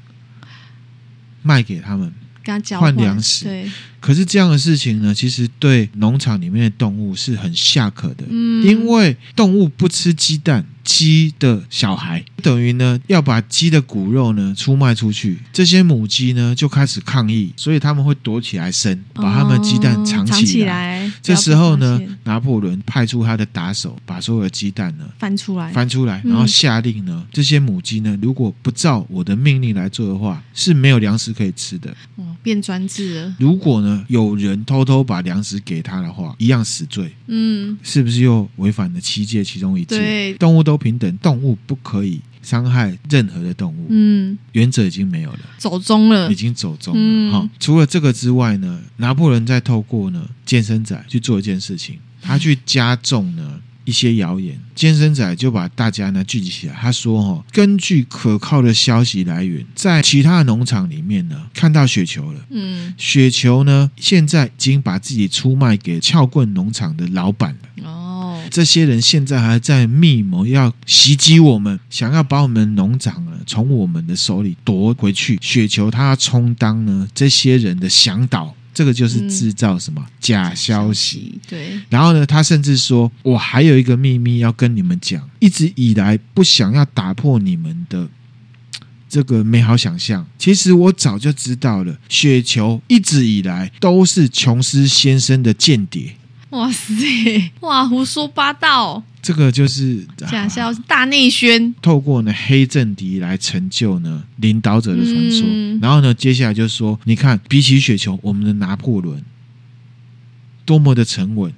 [SPEAKER 1] 卖给他们。
[SPEAKER 2] 跟他交
[SPEAKER 1] 换粮食
[SPEAKER 2] 对，
[SPEAKER 1] 可是这样的事情呢，其实对农场里面的动物是很下可的，
[SPEAKER 2] 嗯，
[SPEAKER 1] 因为动物不吃鸡蛋，鸡的小孩等于呢要把鸡的骨肉呢出卖出去，这些母鸡呢就开始抗议，所以他们会躲起来生，把他们鸡蛋
[SPEAKER 2] 哦
[SPEAKER 1] 藏
[SPEAKER 2] 藏
[SPEAKER 1] 起来。
[SPEAKER 2] 来，
[SPEAKER 1] 这时候呢
[SPEAKER 2] 不要被发现，
[SPEAKER 1] 拿破仑派出他的打手，把所有的鸡蛋呢
[SPEAKER 2] 翻出来，
[SPEAKER 1] 翻出来，
[SPEAKER 2] 嗯
[SPEAKER 1] 然后下令呢，这些母鸡呢如果不照我的命令来做的话，是没有粮食可以吃的。
[SPEAKER 2] 哦，变专制了。
[SPEAKER 1] 如果呢有人偷偷把粮食给他的话，一样死罪。
[SPEAKER 2] 嗯，
[SPEAKER 1] 是不是又违反了七戒其中一戒
[SPEAKER 2] 对？
[SPEAKER 1] 动物都平等，动物不可以伤害任何的动物，
[SPEAKER 2] 嗯，
[SPEAKER 1] 原则已经没有了。
[SPEAKER 2] 走中了
[SPEAKER 1] 已，经走中了
[SPEAKER 2] 嗯
[SPEAKER 1] 哈、除了这个之外呢，拿破仑在透过呢健身仔去做一件事情，
[SPEAKER 2] 嗯
[SPEAKER 1] 他去加重呢一些谣言。健身仔就把大家呢聚集起来，他说哈、哦，根据可靠的消息来源，在其他农场里面呢看到雪球了。
[SPEAKER 2] 嗯，
[SPEAKER 1] 雪球呢，现在已经把自己出卖给撬棍农场的老板了。
[SPEAKER 2] 哦，
[SPEAKER 1] 这些人现在还在密谋要袭击我们，想要把我们农场呢从我们的手里夺回去。雪球他要充当呢这些人的向导，这个就是
[SPEAKER 2] 嗯
[SPEAKER 1] 制造什么、假消息。，
[SPEAKER 2] 对，
[SPEAKER 1] 然后呢，他甚至说：“我还有一个秘密要跟你们讲，一直以来不想要打破你们的嘖这个美好想象。其实我早就知道了，雪球一直以来都是琼斯先生的间谍。
[SPEAKER 2] 哇塞，哇，胡说八道，
[SPEAKER 1] 这个就是
[SPEAKER 2] 假
[SPEAKER 1] 啊
[SPEAKER 2] 笑，大内宣，
[SPEAKER 1] 透过呢黑政敌来成就呢领导者的传说，
[SPEAKER 2] 嗯
[SPEAKER 1] 然后呢，接下来就是说，你看，比起雪球，我们的拿破仑多么的沉稳，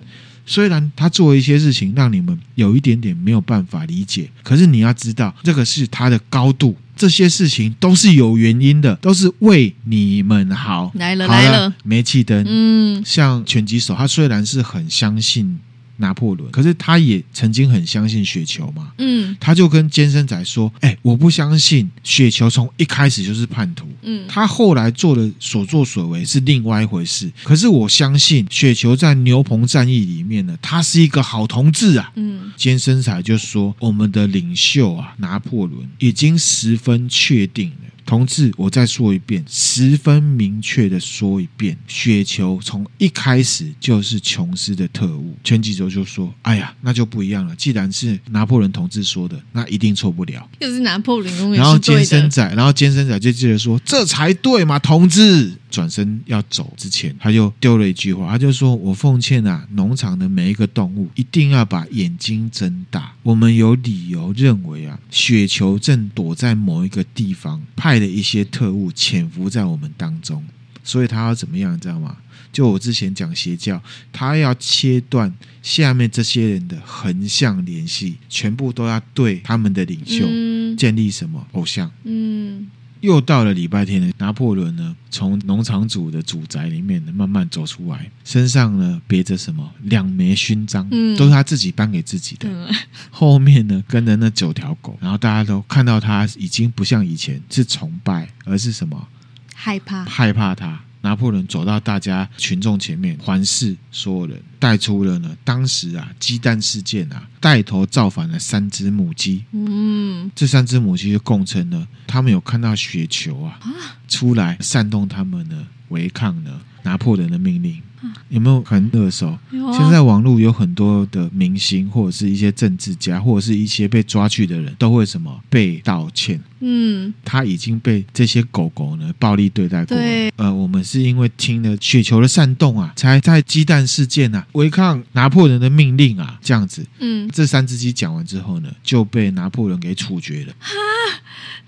[SPEAKER 1] 虽然他做了一些事情让你们有一点点没有办法理解，可是你要知道，这个是他的高度，这些事情都是有原因的，都是为你们好。
[SPEAKER 2] 来了
[SPEAKER 1] 好
[SPEAKER 2] 来了，
[SPEAKER 1] 煤气灯，
[SPEAKER 2] 嗯，
[SPEAKER 1] 像拳击手，他虽然是很相信拿破仑，可是他也曾经很相信雪球嘛。
[SPEAKER 2] 嗯
[SPEAKER 1] 他就跟健身仔说：“哎、我不相信雪球从一开始就是叛徒，
[SPEAKER 2] 嗯，
[SPEAKER 1] 他后来做的所作所为是另外一回事。可是我相信雪球在牛棚战役里面呢，他是一个好同志啊。”
[SPEAKER 2] 嗯，
[SPEAKER 1] 尖身材就说：“我们的领袖啊，拿破仑已经十分确定了。同志，我再说一遍，十分明确的说一遍，雪球从一开始就是琼斯的特务。”前几周就说：“哎呀，那就不一样了。既然是拿破仑同志说的，那一定错不了。
[SPEAKER 2] 又是拿破仑”永
[SPEAKER 1] 然
[SPEAKER 2] 远
[SPEAKER 1] 后
[SPEAKER 2] 是
[SPEAKER 1] 尖
[SPEAKER 2] 对
[SPEAKER 1] 身
[SPEAKER 2] 的，
[SPEAKER 1] 仔，然后尖身仔就接着说：“这才对嘛，同志！”转身要走之前，他就丢了一句话，他就说：“我奉劝啊，农场的每一个动物一定要把眼睛睁大。我们有理由认为啊，雪球正躲在某一个地方，派了一些特务潜伏在我们当中。所以他要怎么样，你知道吗？就我之前讲邪教，他要切断下面这些人的横向联系，全部都要对他们的领袖。
[SPEAKER 2] 嗯
[SPEAKER 1] 建立什么偶像。
[SPEAKER 2] 嗯，
[SPEAKER 1] 又到了礼拜天了，拿破仑呢从农场主的主宅里面呢慢慢走出来，身上呢别着什么两枚勋章，
[SPEAKER 2] 嗯
[SPEAKER 1] 都是他自己颁给自己的。
[SPEAKER 2] 嗯
[SPEAKER 1] 后面呢跟着那九条狗，然后大家都看到他已经不像以前是崇拜，而是什么
[SPEAKER 2] 害怕，
[SPEAKER 1] 害怕他。拿破仑走到大家群众前面，环视所有人，带出了呢当时啊鸡蛋事件啊带头造反的三只母鸡，
[SPEAKER 2] 嗯
[SPEAKER 1] 这三只母鸡就共称呢，他们有看到雪球啊
[SPEAKER 2] 啊，
[SPEAKER 1] 出来煽动他们呢违抗呢，拿破仑的命令
[SPEAKER 2] 啊。
[SPEAKER 1] 有没有很耳熟？
[SPEAKER 2] 有啊
[SPEAKER 1] 现在网络有很多的明星，或者是一些政治家，或者是一些被抓去的人，都会什么被道歉。
[SPEAKER 2] 嗯，
[SPEAKER 1] 他已经被这些狗狗呢暴力对待过了
[SPEAKER 2] 对
[SPEAKER 1] 呃，我们是因为听了雪球的煽动啊，才在鸡蛋事件啊违抗拿破仑的命令啊，这样子。
[SPEAKER 2] 嗯，
[SPEAKER 1] 这三只鸡讲完之后呢，就被拿破仑给处决了。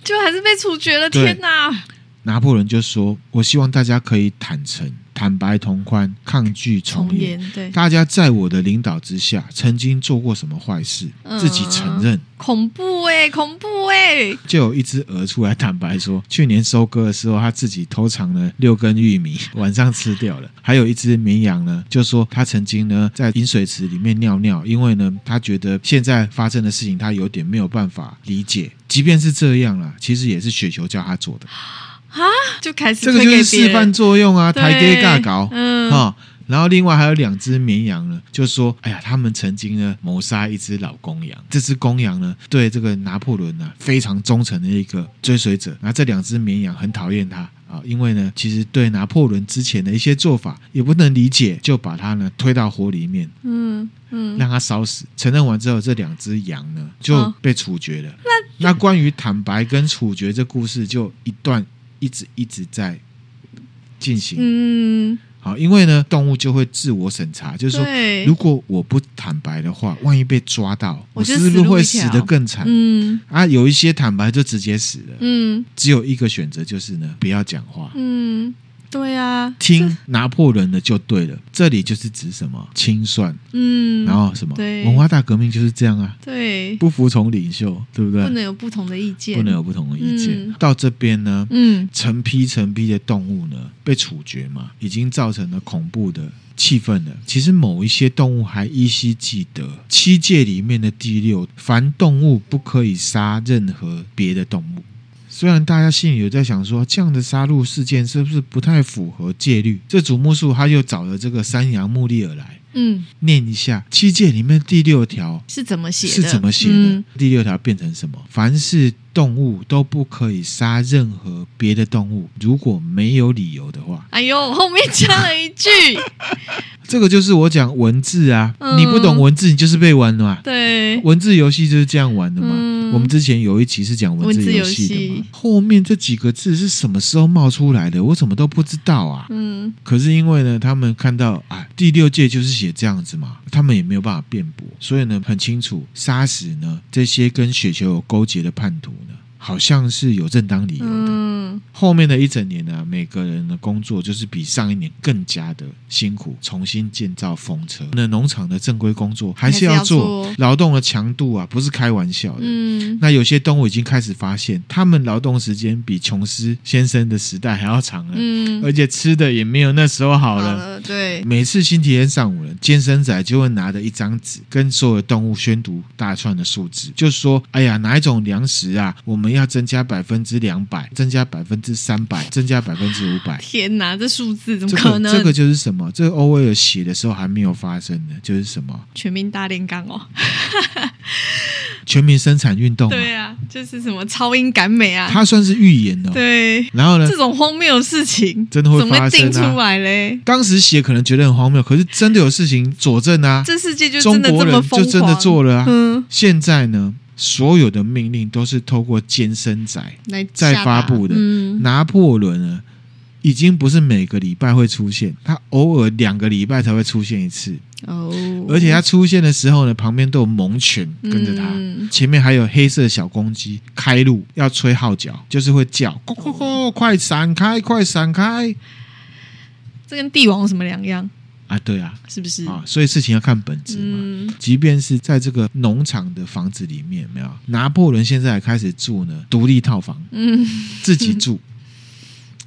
[SPEAKER 2] 就还是被处决了，
[SPEAKER 1] 对
[SPEAKER 2] 天哪！
[SPEAKER 1] 拿破仑就说：“我希望大家可以坦诚、坦白、同宽，抗拒重
[SPEAKER 2] 重
[SPEAKER 1] 演。
[SPEAKER 2] 演，对，
[SPEAKER 1] 大家在我的领导之下，曾经做过什么坏事，
[SPEAKER 2] 嗯
[SPEAKER 1] 自己承认。
[SPEAKER 2] 恐怖哎、恐怖哎、
[SPEAKER 1] 就有一只鹅出来坦白说， 去年收割的时候，它自己偷藏了六根玉米， 晚上吃掉了。还有一只绵羊呢，就说它曾经呢在饮水池里面尿尿，因为呢它觉得现在发生的事情它有点没有办法理解。即便是这样啦，其实也是雪球叫他做的，
[SPEAKER 2] 就开始
[SPEAKER 1] 这个就是
[SPEAKER 2] 推给别
[SPEAKER 1] 示
[SPEAKER 2] 人
[SPEAKER 1] 范作用啊，台阶尬搞。
[SPEAKER 2] 嗯，
[SPEAKER 1] 哦，然后另外还有两只绵羊呢，就说：“哎呀，他们曾经呢谋杀一只老公羊，这只公羊呢对这个拿破仑呢、非常忠诚的一个追随者，然后这两只绵羊很讨厌他啊、因为呢其实对拿破仑之前的一些做法也不能理解，就把他呢推到火里面，
[SPEAKER 2] 嗯嗯，
[SPEAKER 1] 让他烧死。承认完之后，这两只羊呢就
[SPEAKER 2] 嗯
[SPEAKER 1] 被处决了。那那关于坦白跟处决这故事，就一段一直一直在进行。
[SPEAKER 2] 嗯，
[SPEAKER 1] 好，因为呢，动物就会自我审查，就是说，
[SPEAKER 2] 对
[SPEAKER 1] 如，果我不坦白的话，万一被抓到，
[SPEAKER 2] 我就是
[SPEAKER 1] 是不
[SPEAKER 2] 死
[SPEAKER 1] 是
[SPEAKER 2] 路
[SPEAKER 1] 会
[SPEAKER 2] 一
[SPEAKER 1] 死
[SPEAKER 2] 条
[SPEAKER 1] 得更惨？
[SPEAKER 2] 嗯
[SPEAKER 1] 啊，有一些坦白就直接死了，
[SPEAKER 2] 嗯
[SPEAKER 1] 只有一个选择就是呢，不要讲话，
[SPEAKER 2] 嗯，对啊，
[SPEAKER 1] 听拿破仑的就对了。这里就是指什么清算，
[SPEAKER 2] 嗯，
[SPEAKER 1] 然后什么
[SPEAKER 2] 对
[SPEAKER 1] 文化大革命就是这样啊，
[SPEAKER 2] 对，
[SPEAKER 1] 不服从领袖，对不对？
[SPEAKER 2] 不能有不同的意见，
[SPEAKER 1] 不能有不同的意见。
[SPEAKER 2] 嗯
[SPEAKER 1] 到这边呢，
[SPEAKER 2] 嗯
[SPEAKER 1] 成批成批的动物呢被处决嘛，已经造成了恐怖的气氛了。其实某一些动物还依稀记得七戒里面的第六，凡动物不可以杀任何别的动物。虽然大家心里有在想说，这样的杀戮事件是不是不太符合戒律？这祖木树他就找了这个山羊穆利尔来
[SPEAKER 2] 嗯，
[SPEAKER 1] 念一下七戒里面第六条
[SPEAKER 2] 是怎么写的？
[SPEAKER 1] 是怎么写的？
[SPEAKER 2] 嗯
[SPEAKER 1] 第六条变成什么？凡是动物都不可以杀任何别的动物，如果没有理由的话，
[SPEAKER 2] 哎呦，我后面加了一 句，
[SPEAKER 1] 这个就是我讲文字啊，
[SPEAKER 2] 嗯
[SPEAKER 1] 你不懂文字，你就是被玩的嘛。
[SPEAKER 2] 对，
[SPEAKER 1] 文字游戏就是这样玩的嘛。
[SPEAKER 2] 嗯
[SPEAKER 1] 我们之前有一集是讲文字游戏的
[SPEAKER 2] 文字游
[SPEAKER 1] 嘛
[SPEAKER 2] 戏，
[SPEAKER 1] 后面这几个字是什么时候冒出来的，我怎么都不知道啊。
[SPEAKER 2] 嗯
[SPEAKER 1] 可是因为呢，他们看到啊，第六届就是写这样子嘛，他们也没有办法辩驳，所以呢，很清楚杀死呢这些跟雪球有勾结的叛徒呢，好像是有正当理由的。
[SPEAKER 2] 嗯，
[SPEAKER 1] 后面的一整年呢、每个人的工作就是比上一年更加的辛苦，重新建造风车。那农场的正规工作还是要做
[SPEAKER 2] 还是要，
[SPEAKER 1] 劳动的强度啊，不是开玩笑的。
[SPEAKER 2] 嗯
[SPEAKER 1] 那有些动物已经开始发现，它们劳动时间比琼斯先生的时代还要长了。
[SPEAKER 2] 嗯，
[SPEAKER 1] 而且吃的也没有那时候好了。
[SPEAKER 2] 对，
[SPEAKER 1] 每次星期天上午呢，健身仔就会拿着一张纸，跟所有的动物宣读大串的数字，就说：“哎呀，哪一种粮食啊，我们要增加百分之两百，增加百分之三百，增加百分之五百。”
[SPEAKER 2] 天哪，这数字怎
[SPEAKER 1] 这
[SPEAKER 2] 么可
[SPEAKER 1] 个
[SPEAKER 2] 能？
[SPEAKER 1] 这个就是什么？这个欧威尔写的时候还没有发生的，就是什么
[SPEAKER 2] 全民大炼钢哦，
[SPEAKER 1] 全民生产运动、啊，
[SPEAKER 2] 对啊，就是什么超英赶美啊，
[SPEAKER 1] 它算是预言哦。
[SPEAKER 2] 对，啊
[SPEAKER 1] 然后呢
[SPEAKER 2] 这，种荒谬的事情
[SPEAKER 1] 真的会
[SPEAKER 2] 怎么
[SPEAKER 1] 发
[SPEAKER 2] 会
[SPEAKER 1] 生啊
[SPEAKER 2] 定出来嘞？
[SPEAKER 1] 当时写可能觉得很荒谬，可是真的有事情佐证啊。
[SPEAKER 2] 这世界就
[SPEAKER 1] 中
[SPEAKER 2] 真的
[SPEAKER 1] 国
[SPEAKER 2] 这
[SPEAKER 1] 人
[SPEAKER 2] 么疯
[SPEAKER 1] 就
[SPEAKER 2] 狂？
[SPEAKER 1] 真的做了啊。
[SPEAKER 2] 嗯，
[SPEAKER 1] 现在呢，所有的命令都是透过监生仔
[SPEAKER 2] 来
[SPEAKER 1] 再
[SPEAKER 2] 吓
[SPEAKER 1] 发
[SPEAKER 2] 他
[SPEAKER 1] 布的。
[SPEAKER 2] 嗯
[SPEAKER 1] 拿破仑呢，已经不是每个礼拜会出现，他偶尔两个礼拜才会出现一次，
[SPEAKER 2] 哦，
[SPEAKER 1] 而且他出现的时候呢，旁边都有猛犬跟着他。
[SPEAKER 2] 嗯
[SPEAKER 1] 前面还有黑色小公鸡开路，要吹号角，就是会叫“
[SPEAKER 2] 哦
[SPEAKER 1] 咕咕咕，快闪开，快闪开
[SPEAKER 2] 这跟帝王有什么两样？”
[SPEAKER 1] 啊！对啊，
[SPEAKER 2] 是不是？
[SPEAKER 1] 啊，所以事情要看本质嘛。
[SPEAKER 2] 嗯
[SPEAKER 1] 即便是在这个农场的房子里面，有没有拿破仑现在还开始住呢，独立套房，
[SPEAKER 2] 嗯，
[SPEAKER 1] 自己 住。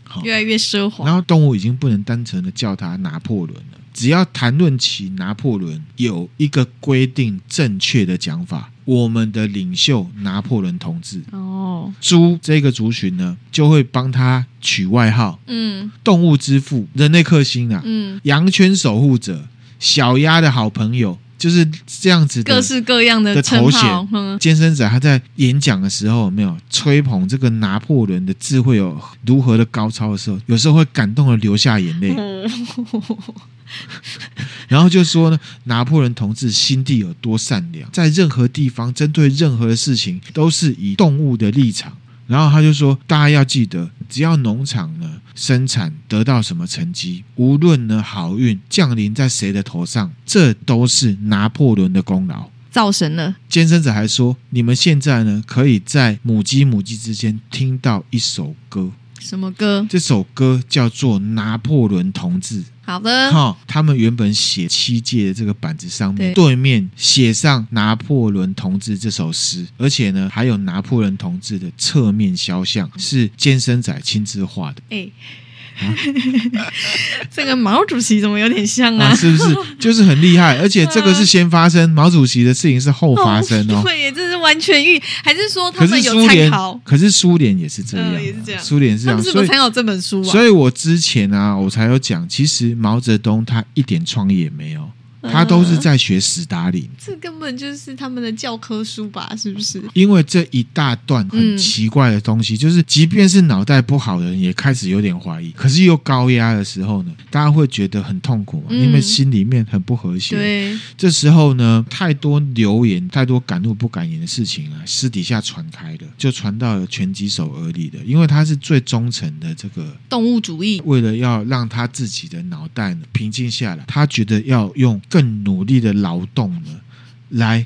[SPEAKER 1] 好，
[SPEAKER 2] 越来越奢
[SPEAKER 1] 然
[SPEAKER 2] 华。
[SPEAKER 1] 后动物已经不能单纯的叫他拿破仑了，只要谈论起拿破仑，有一个规定正确的讲法，我们的领袖拿破仑同志。
[SPEAKER 2] 哦，
[SPEAKER 1] 猪这个族群呢，就会帮他取外号
[SPEAKER 2] 嗯
[SPEAKER 1] “动物之父”、“人类克星”啊，
[SPEAKER 2] 嗯
[SPEAKER 1] 羊圈守护者、小鸭的好朋友、就是这样子的
[SPEAKER 2] 各式各样的
[SPEAKER 1] 的
[SPEAKER 2] 称
[SPEAKER 1] 头
[SPEAKER 2] 号
[SPEAKER 1] 衔，
[SPEAKER 2] 嗯，
[SPEAKER 1] 监生仔他在演讲的时候，有没有吹捧这个拿破仑的智慧有如何的高超的时候，有时候会感动的流下眼泪， 然后就说呢，拿破仑同志心地有多善良，在任何地方针对任何的事情都是以动物的立场。然后他就说，大家要记得，只要农场呢生产得到什么成绩，无论呢好运降临在谁的头上，这都是拿破仑的功劳。
[SPEAKER 2] 造神了，
[SPEAKER 1] 监生者还说，你们现在呢，可以在母鸡母鸡之间听到一首歌，
[SPEAKER 2] 什么歌？
[SPEAKER 1] 这首歌叫做《拿破仑同志》。
[SPEAKER 2] 好的，
[SPEAKER 1] 哈、他们原本写七届的这个板子上面，
[SPEAKER 2] 对
[SPEAKER 1] 对面写上拿破仑同志这首诗，而且呢，还有拿破仑同志的侧面肖像是监生仔亲自画的。
[SPEAKER 2] 哎、
[SPEAKER 1] 嗯
[SPEAKER 2] 这个毛主席怎么有点像啊？
[SPEAKER 1] 啊，是不 是就是很厉害？而且这个
[SPEAKER 2] 嗯
[SPEAKER 1] 是先发生，毛主席的事情是后发生哦。
[SPEAKER 2] 对耶，这是完全预，还是说他
[SPEAKER 1] 可是
[SPEAKER 2] 们
[SPEAKER 1] 苏
[SPEAKER 2] 有
[SPEAKER 1] 联
[SPEAKER 2] 参考，？
[SPEAKER 1] 可是苏联也是这样啊、
[SPEAKER 2] 嗯也是这样
[SPEAKER 1] 苏联是这
[SPEAKER 2] 他
[SPEAKER 1] 样，
[SPEAKER 2] 们是
[SPEAKER 1] 所
[SPEAKER 2] 不
[SPEAKER 1] 以
[SPEAKER 2] 是参考这本书啊？
[SPEAKER 1] 所以我之前啊，我才有讲，其实毛泽东他一点创意也没有，
[SPEAKER 2] 嗯
[SPEAKER 1] 他都是在学史达林。
[SPEAKER 2] 这根本就是他们的教科书吧？是不是？
[SPEAKER 1] 因为这一大段很
[SPEAKER 2] 嗯
[SPEAKER 1] 奇怪的东西，就是即便是脑袋不好的人也开始有点怀疑，可是又高压的时候呢，大家会觉得很痛苦嘛，
[SPEAKER 2] 嗯
[SPEAKER 1] 因为心里面很不和谐。
[SPEAKER 2] 对，
[SPEAKER 1] 这时候呢，太多流言、太多敢怒不敢言的事情啊，私底下传开的，就传到了拳击手耳里的，因为他是最忠诚的这个
[SPEAKER 2] 动物主义，
[SPEAKER 1] 为了要让他自己的脑袋呢平静下来，他觉得要用更努力的劳动呢，来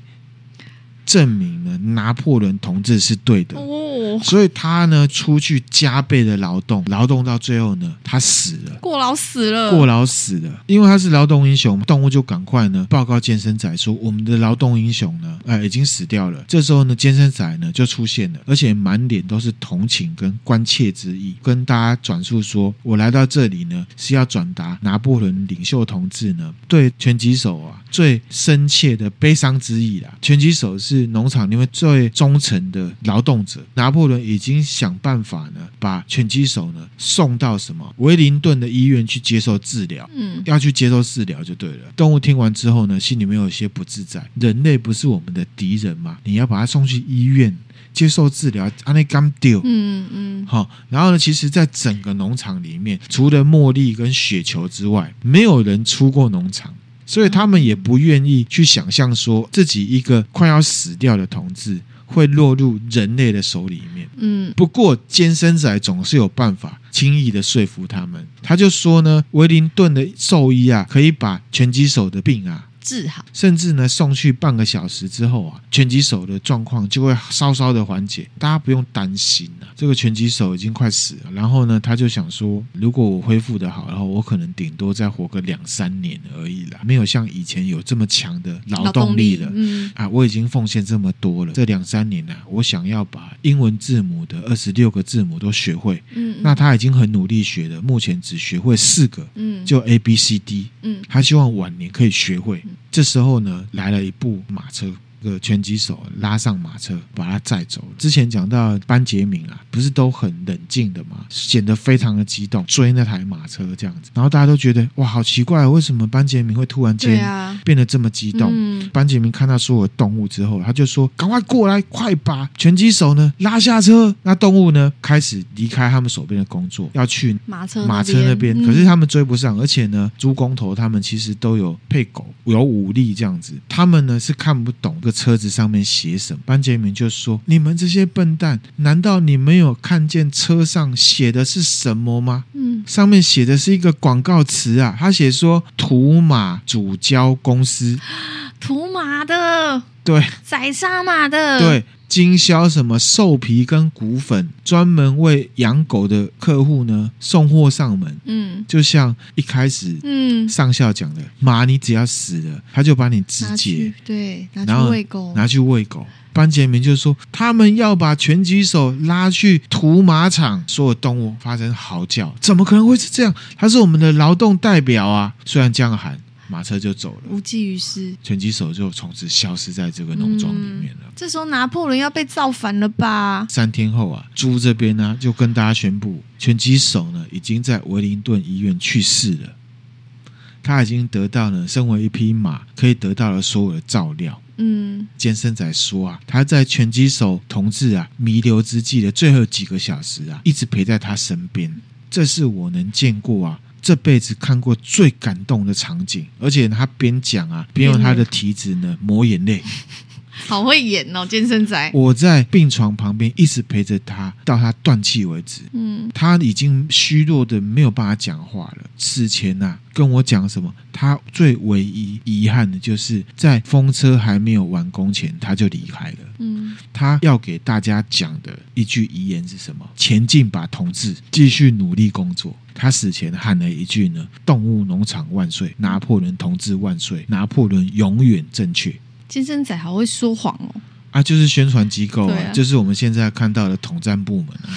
[SPEAKER 1] 证明呢拿破仑同志是对的。
[SPEAKER 2] 哦，
[SPEAKER 1] 所以他呢出去加倍的劳动，劳动到最后呢，他死了。
[SPEAKER 2] 过劳死了，
[SPEAKER 1] 过劳死了，因为他是劳动英雄，动物就赶快呢报告健身仔说，我们的劳动英雄呢，呃，已经死掉了。这时候呢，健身仔呢就出现了，而且满脸都是同情跟关切之意，跟大家转述说，我来到这里呢是要转达拿破仑领袖同志呢对拳击手啊最深切的悲伤之意啦。拳击手是农场里面最忠诚的劳动者，拿破仑已经想办法呢把拳击手呢送到什么维灵顿的医院去接受治疗。
[SPEAKER 2] 嗯，
[SPEAKER 1] 要去接受治疗就对了。动物听完之后呢，心里面有些不自在。人类不是我们的敌人嘛？你要把它送去医院接受治疗，安内干丢。
[SPEAKER 2] 嗯嗯，
[SPEAKER 1] 好、然后呢？其实，在整个农场里面，除了茉莉跟雪球之外，没有人出过农场，所以他们也不愿意去想象说自己一个快要死掉的同志会落入人类的手里面。
[SPEAKER 2] 嗯，
[SPEAKER 1] 不过，监生仔总是有办法轻易的说服他们。他就说呢，维灵顿的兽医啊，可以把拳击手的病啊，
[SPEAKER 2] 治好，
[SPEAKER 1] 甚至呢送去半个小时之后啊，拳击手的状况就会稍稍的缓解，大家不用担心啊。这个拳击手已经快死了，然后呢，他就想说，如果我恢复的好，然后我可能顶多再活个两三年而已啦，没有像以前有这么强的劳动力了。
[SPEAKER 2] 嗯，
[SPEAKER 1] 啊，我已经奉献这么多了，这两三年啊，我想要把英文字母的二十六个字母都学会。
[SPEAKER 2] 嗯，
[SPEAKER 1] 那他已经很努力学了，目前只学会四个，
[SPEAKER 2] 嗯，
[SPEAKER 1] 就 A B C D。
[SPEAKER 2] 嗯
[SPEAKER 1] 他希望晚年可以学会。这时候呢，来了一部马车。这个拳击手拉上马车，把他载走。之前讲到班杰明啊，不是都很冷静的嘛，显得非常的激动，追那台马车这样子。然后大家都觉得哇，好奇怪，为什么班杰明会突然
[SPEAKER 2] 对
[SPEAKER 1] 间
[SPEAKER 2] 啊，
[SPEAKER 1] 变得这么激动？
[SPEAKER 2] 嗯，
[SPEAKER 1] 班杰明看到所有的动物之后，他就说：“赶快过来，快把拳击手呢拉下车。”那动物呢开始离开他们手边的工作，要去
[SPEAKER 2] 马车
[SPEAKER 1] 马车那边。
[SPEAKER 2] 嗯
[SPEAKER 1] 可是他们追不上，而且呢，猪公头他们其实都有配狗，有武力这样子。他们呢是看不懂这车子上面写什么。班杰明就说：“你们这些笨蛋，难道你没有看见车上写的是什么吗？”
[SPEAKER 2] 嗯
[SPEAKER 1] 上面写的是一个广告词啊，他写说“图马主交公司
[SPEAKER 2] 土马的”，
[SPEAKER 1] 对，
[SPEAKER 2] 宰杀马的，，
[SPEAKER 1] 对，经销什么兽皮跟骨粉，专门为养狗的客户呢送货上门。
[SPEAKER 2] 嗯
[SPEAKER 1] 就像一开始
[SPEAKER 2] 嗯，
[SPEAKER 1] 上校讲的，马你只要死了，他就把你肢
[SPEAKER 2] 拿
[SPEAKER 1] 解
[SPEAKER 2] 去，对，拿
[SPEAKER 1] 然后
[SPEAKER 2] 去喂狗，
[SPEAKER 1] 拿去喂狗。班杰明就说，他们要把拳击手拉去屠马场，所有动物发生嚎叫，怎么可能会是这样？他是我们的劳动代表啊！虽然这样喊，马车就走了，
[SPEAKER 2] 无济于事。
[SPEAKER 1] 拳击手就从此消失在这个农庄里面了。
[SPEAKER 2] 这时候拿破仑要被造反了吧？
[SPEAKER 1] 三天后啊，猪这边呢、就跟大家宣布，拳击手呢已经在维灵顿医院去世了。他已经得到了身为一匹马可以得到了所有的照料。
[SPEAKER 2] 嗯
[SPEAKER 1] 健身仔说啊，他在拳击手同志啊弥留之际的最后几个小时啊，一直陪在他身边。这是我能见过啊，这辈子看过最感动的场景。而且他边讲啊，边用他的蹄子呢抹眼泪。
[SPEAKER 2] 好会演哦，健身仔。
[SPEAKER 1] 我在病床旁边一直陪着他，到他断气为止。
[SPEAKER 2] 嗯
[SPEAKER 1] 他已经虚弱的没有办法讲话了。此前呐、跟我讲什么？他最唯一遗憾的就是在风车还没有完工前，他就离开了。
[SPEAKER 2] 嗯，
[SPEAKER 1] 他要给大家讲的一句遗言是什么？前进吧，同志，继续努力工作。他死前喊了一句呢：“动物农场万岁，拿破仑同志万岁，拿破仑永远正确。”
[SPEAKER 2] 健身仔好会说谎哦，
[SPEAKER 1] 啊，就是宣传机构
[SPEAKER 2] 对
[SPEAKER 1] 啊，
[SPEAKER 2] 啊
[SPEAKER 1] 就是我们现在看到的统战部门啊。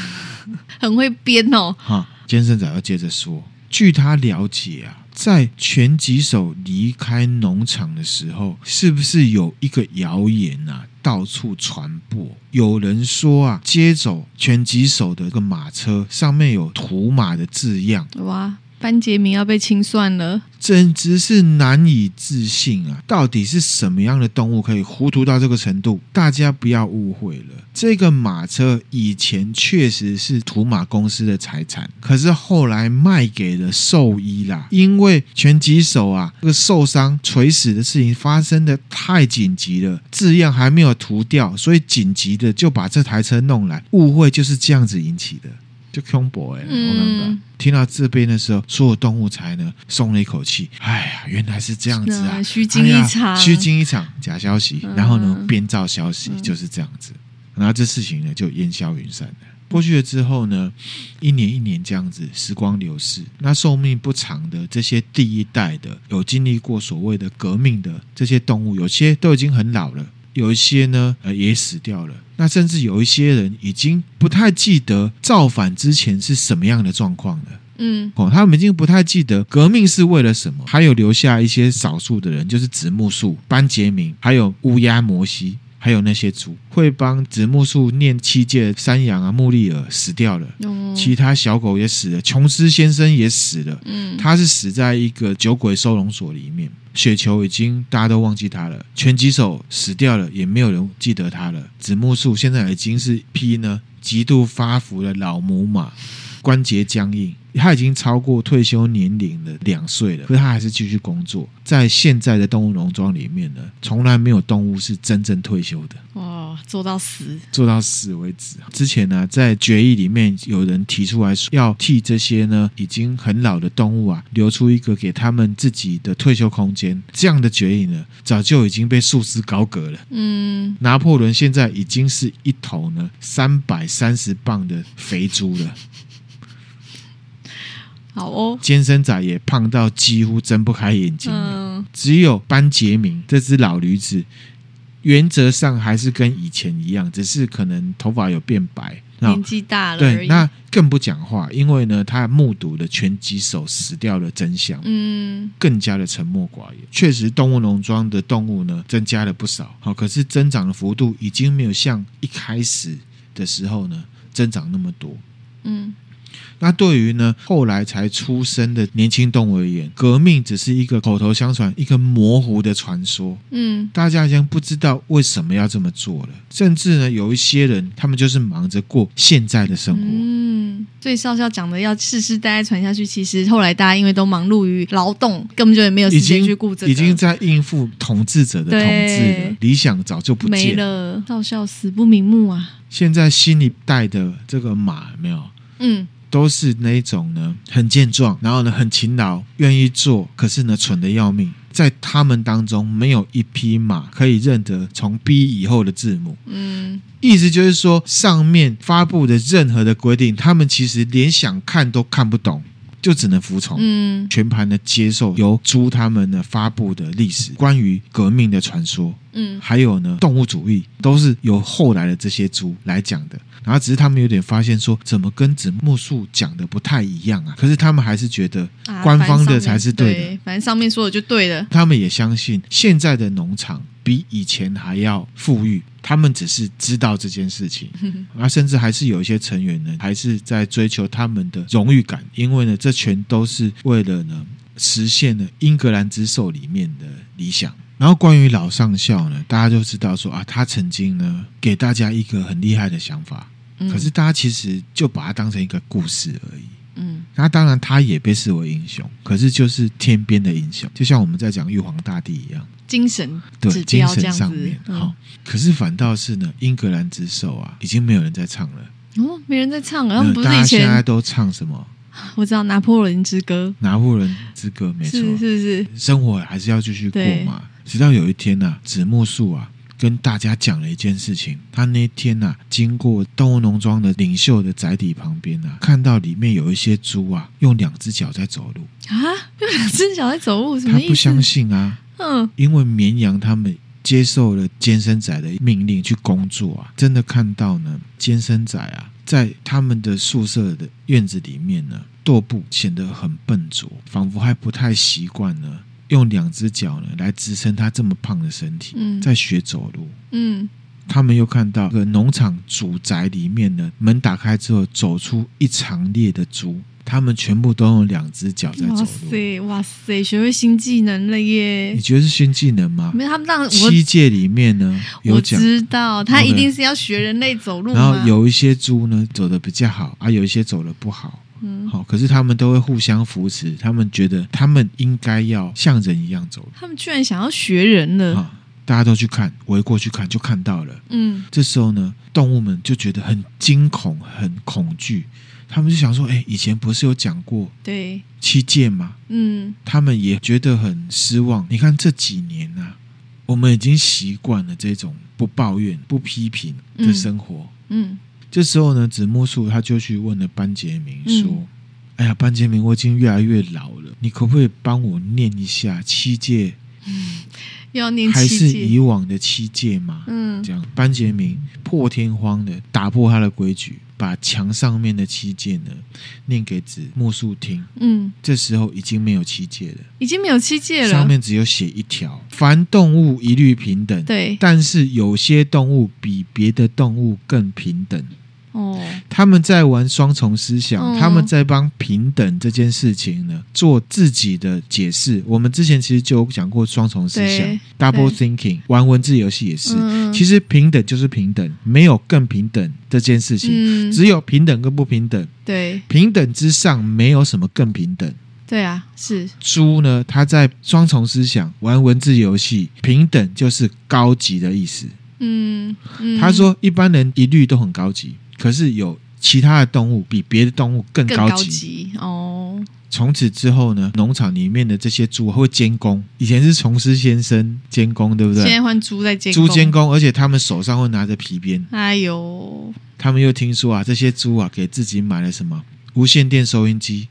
[SPEAKER 2] 很会编哦。
[SPEAKER 1] 哈，健身仔要接着说，据他了解啊，在拳击手离开农场的时候，是不是有一个谣言啊？到处传播，有人说啊，接走拳击手的一个马车上面有“土马”的字样，
[SPEAKER 2] 哇，班杰明要被清算了。
[SPEAKER 1] 简直是难以置信啊！到底是什么样的动物可以糊涂到这个程度？大家不要误会了，这个马车以前确实是土马公司的财产，可是后来卖给了兽医啦。因为拳击手啊，这个受伤垂死的事情发生的太紧急了，字样还没有涂掉，所以紧急的就把这台车弄来，误会就是这样子引起的。就恐怖哎、欸，
[SPEAKER 2] 嗯
[SPEAKER 1] 我感觉。听到这边的时候，所有动物才呢松了一口气。哎呀，原来是这样子啊！
[SPEAKER 2] 那虚惊一场
[SPEAKER 1] 哎呀虚惊一场，假消息，
[SPEAKER 2] 嗯
[SPEAKER 1] 然后呢编造消息，
[SPEAKER 2] 嗯
[SPEAKER 1] 就是这样子。然后这事情呢就烟消云散了。过去了之后呢，一年一年这样子，时光流逝。那寿命不长的这些第一代的，有经历过所谓的革命的这些动物，有些都已经很老了，有一些呢，呃，也死掉了。那甚至有一些人已经不太记得造反之前是什么样的状况了。
[SPEAKER 2] 嗯
[SPEAKER 1] 哦，他们已经不太记得革命是为了什么，还有留下一些少数的人，就是子木树、班杰明，还有乌鸦摩西，还有那些猪，会帮子木树念七戒山羊啊，穆利尔死掉了，
[SPEAKER 2] 哦，
[SPEAKER 1] 其他小狗也死了，琼斯先生也死了，
[SPEAKER 2] 嗯
[SPEAKER 1] 他是死在一个酒鬼收容所里面。雪球已经大家都忘记他了，拳击手死掉了，也没有人记得他了。子木树现在已经是一匹呢极度发福的老母马，关节僵硬，他已经超过退休年龄的两岁了，可是他还是继续工作。在现在的动物农庄里面呢，从来没有动物是真正退休的。
[SPEAKER 2] 哇，做到死。
[SPEAKER 1] 做到死为止。之前呢、在决议里面有人提出来说，要替这些呢已经很老的动物啊，留出一个给他们自己的退休空间。这样的决议呢，早就已经被束之高阁了。
[SPEAKER 2] 嗯，
[SPEAKER 1] 拿破仑现在已经是一头呢三百三十磅的肥猪了，
[SPEAKER 2] 好哦。
[SPEAKER 1] 健身仔也胖到几乎睁不开眼睛了。
[SPEAKER 2] 嗯
[SPEAKER 1] 只有班杰明这只老驴子，原则上还是跟以前一样，只是可能头发有变白。那
[SPEAKER 2] 年纪大了而
[SPEAKER 1] 对，
[SPEAKER 2] 已。
[SPEAKER 1] 那更不讲话，因为呢，他目睹了拳击手死掉的真相，
[SPEAKER 2] 嗯
[SPEAKER 1] 更加的沉默寡言。确实，动物农庄的动物呢增加了不少，好、可是增长的幅度已经没有像一开始的时候呢增长那么多。
[SPEAKER 2] 嗯
[SPEAKER 1] 那对于呢后来才出生的年轻动物而言，革命只是一个口头相传，一个模糊的传说。
[SPEAKER 2] 嗯
[SPEAKER 1] 大家已经不知道为什么要这么做了，甚至呢，有一些人他们就是忙着过现在的生活，
[SPEAKER 2] 嗯，所以少校讲的要世世代代传下去，其实后来大家因为都忙碌于劳动，根本就也没有时
[SPEAKER 1] 已
[SPEAKER 2] 间
[SPEAKER 1] 经
[SPEAKER 2] 去顾这个，
[SPEAKER 1] 已经在应付统治者的统治了
[SPEAKER 2] 对，
[SPEAKER 1] 理想早就不
[SPEAKER 2] 没
[SPEAKER 1] 见。
[SPEAKER 2] 了。少校死不瞑目啊。
[SPEAKER 1] 现在新一代的这个马有没有，
[SPEAKER 2] 嗯，
[SPEAKER 1] 都是那一种呢，很健壮，然后呢很勤劳，愿意做，可是呢蠢的要命。在他们当中，没有一匹马可以认得从 B 以后的字母。
[SPEAKER 2] 嗯，
[SPEAKER 1] 意思就是说，上面发布的任何的规定，他们其实连想看都看不懂，就只能服从。
[SPEAKER 2] 嗯，
[SPEAKER 1] 全盘的接受由猪他们呢发布的历史关于革命的传说，
[SPEAKER 2] 嗯，
[SPEAKER 1] 还有呢动物主义，都是由后来的这些猪来讲的。然后只是他们有点发现说，怎么跟子木树讲的不太一样啊？可是他们还是觉得
[SPEAKER 2] 啊
[SPEAKER 1] 官方的才是对的，
[SPEAKER 2] 反正上面反正上面说的就对的。
[SPEAKER 1] 他们也相信现在的农场比以前还要富裕，他们只是知道这件事情，啊，甚至还是有一些成员呢，还是在追求他们的荣誉感，因为呢，这全都是为了呢实现了英格兰之兽里面的理想。然后关于老上校呢，大家就知道说啊，他曾经呢给大家一个很厉害的想法，
[SPEAKER 2] 嗯
[SPEAKER 1] 可是大家其实就把它当成一个故事而已。
[SPEAKER 2] 嗯
[SPEAKER 1] 那当然，他也被视为英雄，可是就是天边的英雄，就像我们在讲玉皇大帝一样，
[SPEAKER 2] 精神
[SPEAKER 1] 对
[SPEAKER 2] 指
[SPEAKER 1] 精
[SPEAKER 2] 标这
[SPEAKER 1] 神
[SPEAKER 2] 样
[SPEAKER 1] 上
[SPEAKER 2] 子嗯
[SPEAKER 1] 面，好、可是反倒是呢，英格兰之兽啊，已经没有人在唱了，
[SPEAKER 2] 嗯、哦，没人在唱，然后
[SPEAKER 1] 嗯
[SPEAKER 2] 不
[SPEAKER 1] 大
[SPEAKER 2] 是以
[SPEAKER 1] 家现在
[SPEAKER 2] 前
[SPEAKER 1] 都唱什么
[SPEAKER 2] 我知道《拿破仑之歌
[SPEAKER 1] 拿破仑之歌，》没错，
[SPEAKER 2] 是是不是？
[SPEAKER 1] 生活还是要继续过
[SPEAKER 2] 对
[SPEAKER 1] 嘛。直到有一天呢、啊，子木树啊跟大家讲了一件事情，他那天呢、啊、经过动物农庄的领袖的宅邸旁边啊，看到里面有一些猪啊用两只脚在走路，
[SPEAKER 2] 啊， 用两只脚在走路，什
[SPEAKER 1] 他
[SPEAKER 2] 么意思？
[SPEAKER 1] 不相信啊，
[SPEAKER 2] 嗯，
[SPEAKER 1] 因为绵羊他们接受了监生仔的命令去工作啊，真的看到呢，监生仔啊，在他们的宿舍的院子里面呢，踱步显得很笨拙，仿佛还不太习惯呢，用两只脚呢来支撑他这么胖的身体，
[SPEAKER 2] 嗯
[SPEAKER 1] 在学走路。
[SPEAKER 2] 嗯
[SPEAKER 1] 他们又看到这个农场主宅里面呢，门打开之后走出一长列的猪，他们全部都用两只脚在
[SPEAKER 2] 哇
[SPEAKER 1] 走路。
[SPEAKER 2] 塞哇塞，学会新技能了耶
[SPEAKER 1] 你！觉得是新技能吗？
[SPEAKER 2] 没有，他们让 我
[SPEAKER 1] 七界里面呢有
[SPEAKER 2] 我
[SPEAKER 1] 讲，
[SPEAKER 2] 知道，他
[SPEAKER 1] OK
[SPEAKER 2] 一定是要学人类走路
[SPEAKER 1] 然
[SPEAKER 2] 嘛。
[SPEAKER 1] 后有一些猪呢走的比较好，啊，有一些走的不好。
[SPEAKER 2] 嗯，
[SPEAKER 1] 好、可是他们都会互相扶持，他们觉得他们应该要像人一样走
[SPEAKER 2] 他们居然想要学人
[SPEAKER 1] 路啊、
[SPEAKER 2] 了。
[SPEAKER 1] 大家都去看，围过去看，就看到了。
[SPEAKER 2] 嗯
[SPEAKER 1] 这时候呢，动物们就觉得很惊恐、很恐惧，他们就想说：“哎，以前不是有讲过
[SPEAKER 2] 对，
[SPEAKER 1] 七戒吗？
[SPEAKER 2] 嗯
[SPEAKER 1] 他们也觉得很失望。你看这几年啊，我们已经习惯了这种不抱怨、不批评的生活。
[SPEAKER 2] 嗯
[SPEAKER 1] 这时候呢，子木树他就去问了班杰明说：“
[SPEAKER 2] 嗯
[SPEAKER 1] 哎呀，班杰明，我已经越来越老了，你可不可以帮我念一下七戒，
[SPEAKER 2] 又要念
[SPEAKER 1] 还
[SPEAKER 2] 七
[SPEAKER 1] 是
[SPEAKER 2] 戒。
[SPEAKER 1] 以往的七戒嘛？”
[SPEAKER 2] 嗯
[SPEAKER 1] 这样，班杰明破天荒的打破他的规矩，把墙上面的七戒呢念给子木树听。
[SPEAKER 2] 嗯，
[SPEAKER 1] 这时候已经没有七戒了。
[SPEAKER 2] 已经没有七戒
[SPEAKER 1] 上
[SPEAKER 2] 了。
[SPEAKER 1] 面只有写一条：凡动物一律平等。
[SPEAKER 2] 对
[SPEAKER 1] 但是有些动物比别的动物更平等。
[SPEAKER 2] 哦，
[SPEAKER 1] 他们在玩双重思想，
[SPEAKER 2] 嗯
[SPEAKER 1] 他们在帮平等这件事情呢做自己的解释。我们之前其实就有讲过双重思想
[SPEAKER 2] 对
[SPEAKER 1] （double thinking），玩文字游戏也是。
[SPEAKER 2] 嗯
[SPEAKER 1] 其实平等就是平等，没有更平等这件事情，
[SPEAKER 2] 嗯，
[SPEAKER 1] 只有平等跟不平等。
[SPEAKER 2] 对
[SPEAKER 1] 平等之上没有什么更平等。
[SPEAKER 2] 对啊，是
[SPEAKER 1] 猪呢，它在双重思想玩文字游戏，平等就是高级的意思。
[SPEAKER 2] 嗯嗯，
[SPEAKER 1] 他说，一般人一律都很高级，可是有其他的动物比别的动物更
[SPEAKER 2] 更
[SPEAKER 1] 高级。
[SPEAKER 2] 级哦，
[SPEAKER 1] 从此之后呢，农场里面的这些猪会监工，以前是虫师先生监工，对不
[SPEAKER 2] 现
[SPEAKER 1] 对？
[SPEAKER 2] 在换猪在监
[SPEAKER 1] 猪监，工，而且他们手上会拿着皮鞭。
[SPEAKER 2] 哎呦，
[SPEAKER 1] 他们又听说啊，这些猪啊给自己买了什么无线电收音机，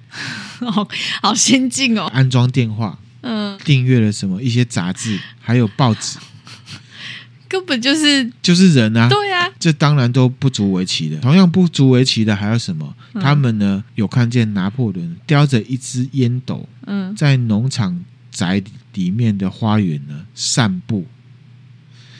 [SPEAKER 2] 好好先进哦，
[SPEAKER 1] 安装电话，
[SPEAKER 2] 嗯，
[SPEAKER 1] 订阅了什么一些杂志，还有报纸，
[SPEAKER 2] 根本就是
[SPEAKER 1] 就是人啊。
[SPEAKER 2] 对啊，
[SPEAKER 1] 这当然都不足为奇的。同样不足为奇的还有什么？
[SPEAKER 2] 嗯
[SPEAKER 1] 他们呢有看见拿破仑叼着一支烟斗
[SPEAKER 2] 嗯，
[SPEAKER 1] 在农场宅里面的花园呢散步，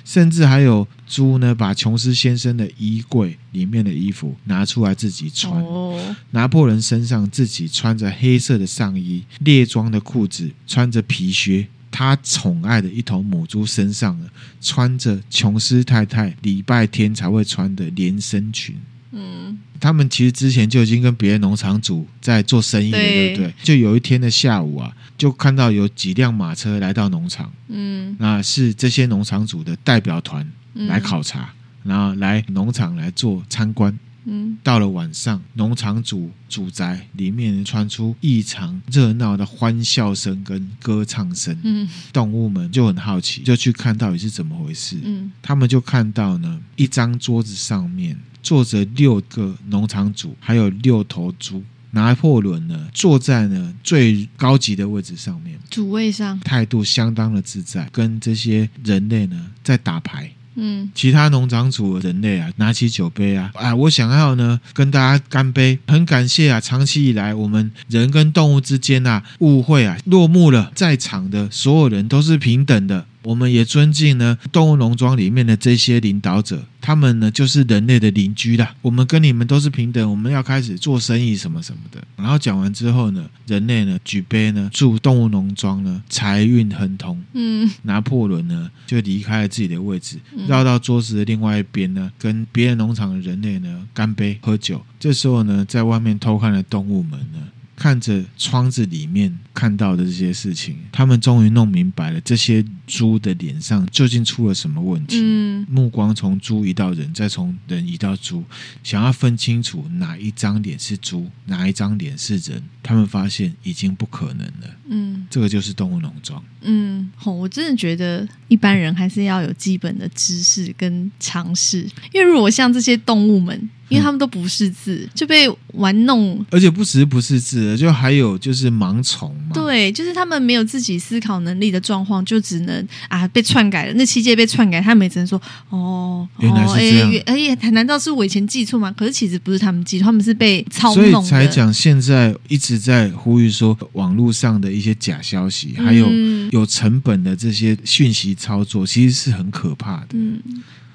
[SPEAKER 1] 甚至还有猪呢把琼斯先生的衣柜里面的衣服拿出来自己穿。
[SPEAKER 2] 哦，
[SPEAKER 1] 拿破仑身上自己穿着黑色的上衣、猎装的裤子，穿着皮靴。他宠爱的一头母猪身上呢，穿着琼斯太太礼拜天才会穿的连身裙。
[SPEAKER 2] 嗯。
[SPEAKER 1] 他们其实之前就已经跟别的农场主在做生意了，对
[SPEAKER 2] 对
[SPEAKER 1] 不对？就有一天的下午啊，就看到有几辆马车来到农场，
[SPEAKER 2] 嗯，
[SPEAKER 1] 那是这些农场主的代表团
[SPEAKER 2] 嗯
[SPEAKER 1] 来考察，然后来农场来做参观。
[SPEAKER 2] 嗯
[SPEAKER 1] 到了晚上，农场主主宅里面传出异常热闹的欢笑声跟歌唱声，
[SPEAKER 2] 嗯
[SPEAKER 1] 动物们就很好奇，就去看到底是怎么回事。
[SPEAKER 2] 嗯
[SPEAKER 1] 他们就看到呢，一张桌子上面坐着六个农场主，还有六头猪。拿破仑呢，坐在呢最高级的位置上面，
[SPEAKER 2] 主位上，
[SPEAKER 1] 态度相当的自在，跟这些人类呢在打牌。
[SPEAKER 2] 嗯
[SPEAKER 1] 其他农场主的人类啊，拿起酒杯啊，啊，我想要呢跟大家干杯，很感谢啊，长期以来我们人跟动物之间啊误会啊落幕了，在场的所有人都是平等的，我们也尊敬呢动物农庄里面的这些领导者，他们呢就是人类的邻居啦。我们跟你们都是平等，我们要开始做生意什么什么的。然后讲完之后呢，人类呢举杯呢祝动物农庄呢财运亨通。
[SPEAKER 2] 嗯，
[SPEAKER 1] 拿破仑呢就离开了自己的位置，绕到桌子的另外一边呢，跟别的农场的人类呢干杯喝酒。这时候呢，在外面偷看的动物们呢，看着窗子里面看到的这些事情，他们终于弄明白了这些猪的脸上究竟出了什么问题。
[SPEAKER 2] 嗯，
[SPEAKER 1] 目光从猪移到人，再从人移到猪，想要分清楚哪一张脸是猪，哪一张脸是人。他们发现已经不可能了。
[SPEAKER 2] 嗯，
[SPEAKER 1] 这个就是动物农庄。
[SPEAKER 2] 嗯，好，我真的觉得一般人还是要有基本的知识跟尝试，因为如果像这些动物们，因为他们都不识字，就被玩弄。
[SPEAKER 1] 而且不只是不识字的，就还有就是盲从嘛。，
[SPEAKER 2] 对，就是他们没有自己思考能力的状况，就只能啊被篡改了。那七界被篡改，他们也只能说哦，
[SPEAKER 1] 原来是
[SPEAKER 2] 哦
[SPEAKER 1] 这样
[SPEAKER 2] 哎原哎，难道是我以前记错吗？可是其实不是他们记错，他们是被操
[SPEAKER 1] 所以
[SPEAKER 2] 弄的。
[SPEAKER 1] 才讲现在一直在呼吁说，网络上的一些假消息，还有
[SPEAKER 2] 嗯
[SPEAKER 1] 有成本的这些讯息操作，其实是很可怕的。
[SPEAKER 2] 嗯，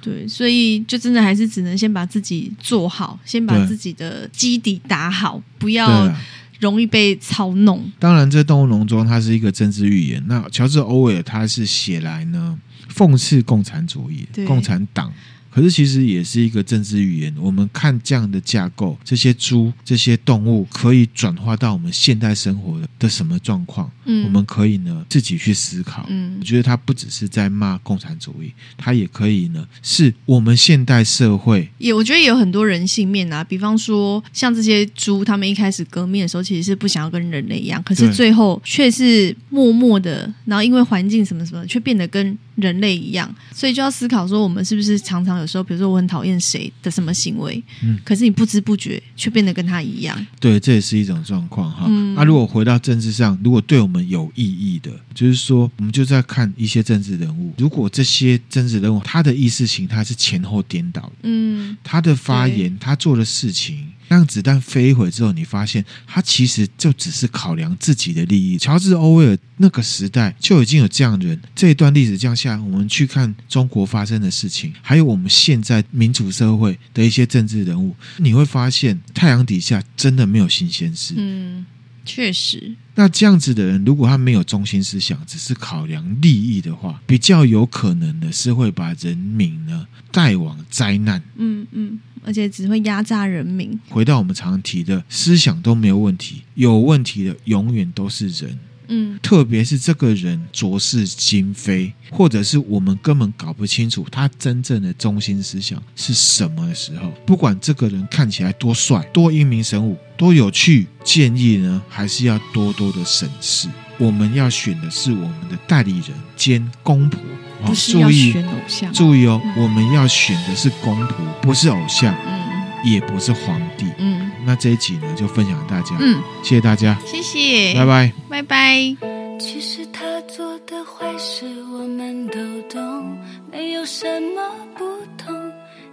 [SPEAKER 2] 对，所以就真的还是只能先把自己做好，先把
[SPEAKER 1] 对
[SPEAKER 2] 自己的基底打好，不
[SPEAKER 1] 对
[SPEAKER 2] 要
[SPEAKER 1] 啊，
[SPEAKER 2] 容易被操弄。
[SPEAKER 1] 当然这《动物农庄》它是一个政治预言。那乔治·欧威尔他是写来呢讽刺共产主义
[SPEAKER 2] 对、
[SPEAKER 1] 共产党。可是其实也是一个政治预言。我们看这样的架构，这些猪、这些动物可以转化到我们现代生活的的什么状况？
[SPEAKER 2] 嗯，
[SPEAKER 1] 我们可以呢自己去思考。
[SPEAKER 2] 嗯
[SPEAKER 1] 我觉得他不只是在骂共产主义，他也可以呢，是我们现代社会
[SPEAKER 2] 也我觉得也有很多人性面啊，比方说像这些猪，他们一开始革命的时候其实是不想要跟人类一样，可是
[SPEAKER 1] 对
[SPEAKER 2] 最后却是默默的，然后因为环境什么什么，却变得跟人类一样，所以就要思考说，我们是不是常常有时候，比如说我很讨厌谁的什么行为，
[SPEAKER 1] 嗯
[SPEAKER 2] 可是你不知不觉却变得跟他一样，
[SPEAKER 1] 对，这也是一种状况哈。那、
[SPEAKER 2] 嗯
[SPEAKER 1] 如果回到政治上，如果对我们有意义的，就是说，我们就在看一些政治人物，如果这些政治人物他的意识形态是前后颠倒的，
[SPEAKER 2] 嗯
[SPEAKER 1] 他的发言，他做的事情。让子弹飞一会之后，你发现他其实就只是考量自己的利益。乔治·欧威尔那个时代就已经有这样的人。这一段历史这样下来，我们去看中国发生的事情，还有我们现在民主社会的一些政治人物，你会发现太阳底下真的没有新鲜事。
[SPEAKER 2] 嗯，确实，
[SPEAKER 1] 那这样子的人，如果他没有中心思想，只是考量利益的话，比较有可能的是会把人民呢带往灾难。
[SPEAKER 2] 嗯嗯，而且只会压榨人民，
[SPEAKER 1] 回到我们常提的，思想都没有问题，有问题的永远都是人，
[SPEAKER 2] 嗯
[SPEAKER 1] 特别是这个人浊世今非，或者是我们根本搞不清楚他真正的中心思想是什么的时候，不管这个人看起来多帅、多英明神武、多有趣，建议呢还是要多多的审视。我们要选的是我们的代理人兼公婆，哦
[SPEAKER 2] 不是
[SPEAKER 1] 注
[SPEAKER 2] 要
[SPEAKER 1] 意
[SPEAKER 2] 选偶像，
[SPEAKER 1] 注意哦，
[SPEAKER 2] 嗯
[SPEAKER 1] 我们要选的是公婆，不是偶像，
[SPEAKER 2] 嗯
[SPEAKER 1] 也不是皇帝。
[SPEAKER 2] 嗯
[SPEAKER 1] 那这一集呢，就分享给大家，
[SPEAKER 2] 嗯，哎
[SPEAKER 1] 谢谢大家，
[SPEAKER 2] 谢谢，
[SPEAKER 1] 拜，拜。
[SPEAKER 2] 拜拜。
[SPEAKER 3] 其实他做的坏事我们都懂，没有什么不同。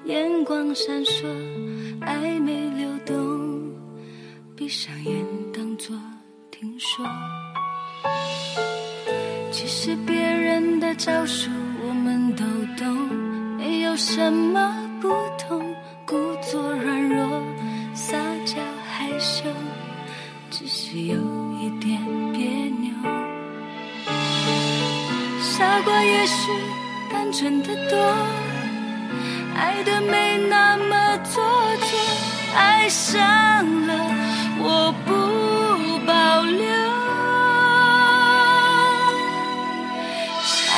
[SPEAKER 3] 眼光闪烁，暧昧流动，闭上眼当作听说。其实别人的招数我们都懂，没有什么不同。故作软弱，撒娇害羞，只是有一点别扭。傻瓜也是单纯的多，爱的没那么做作，爱上了我不保留。傻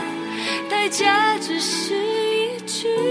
[SPEAKER 3] 代价只是一句。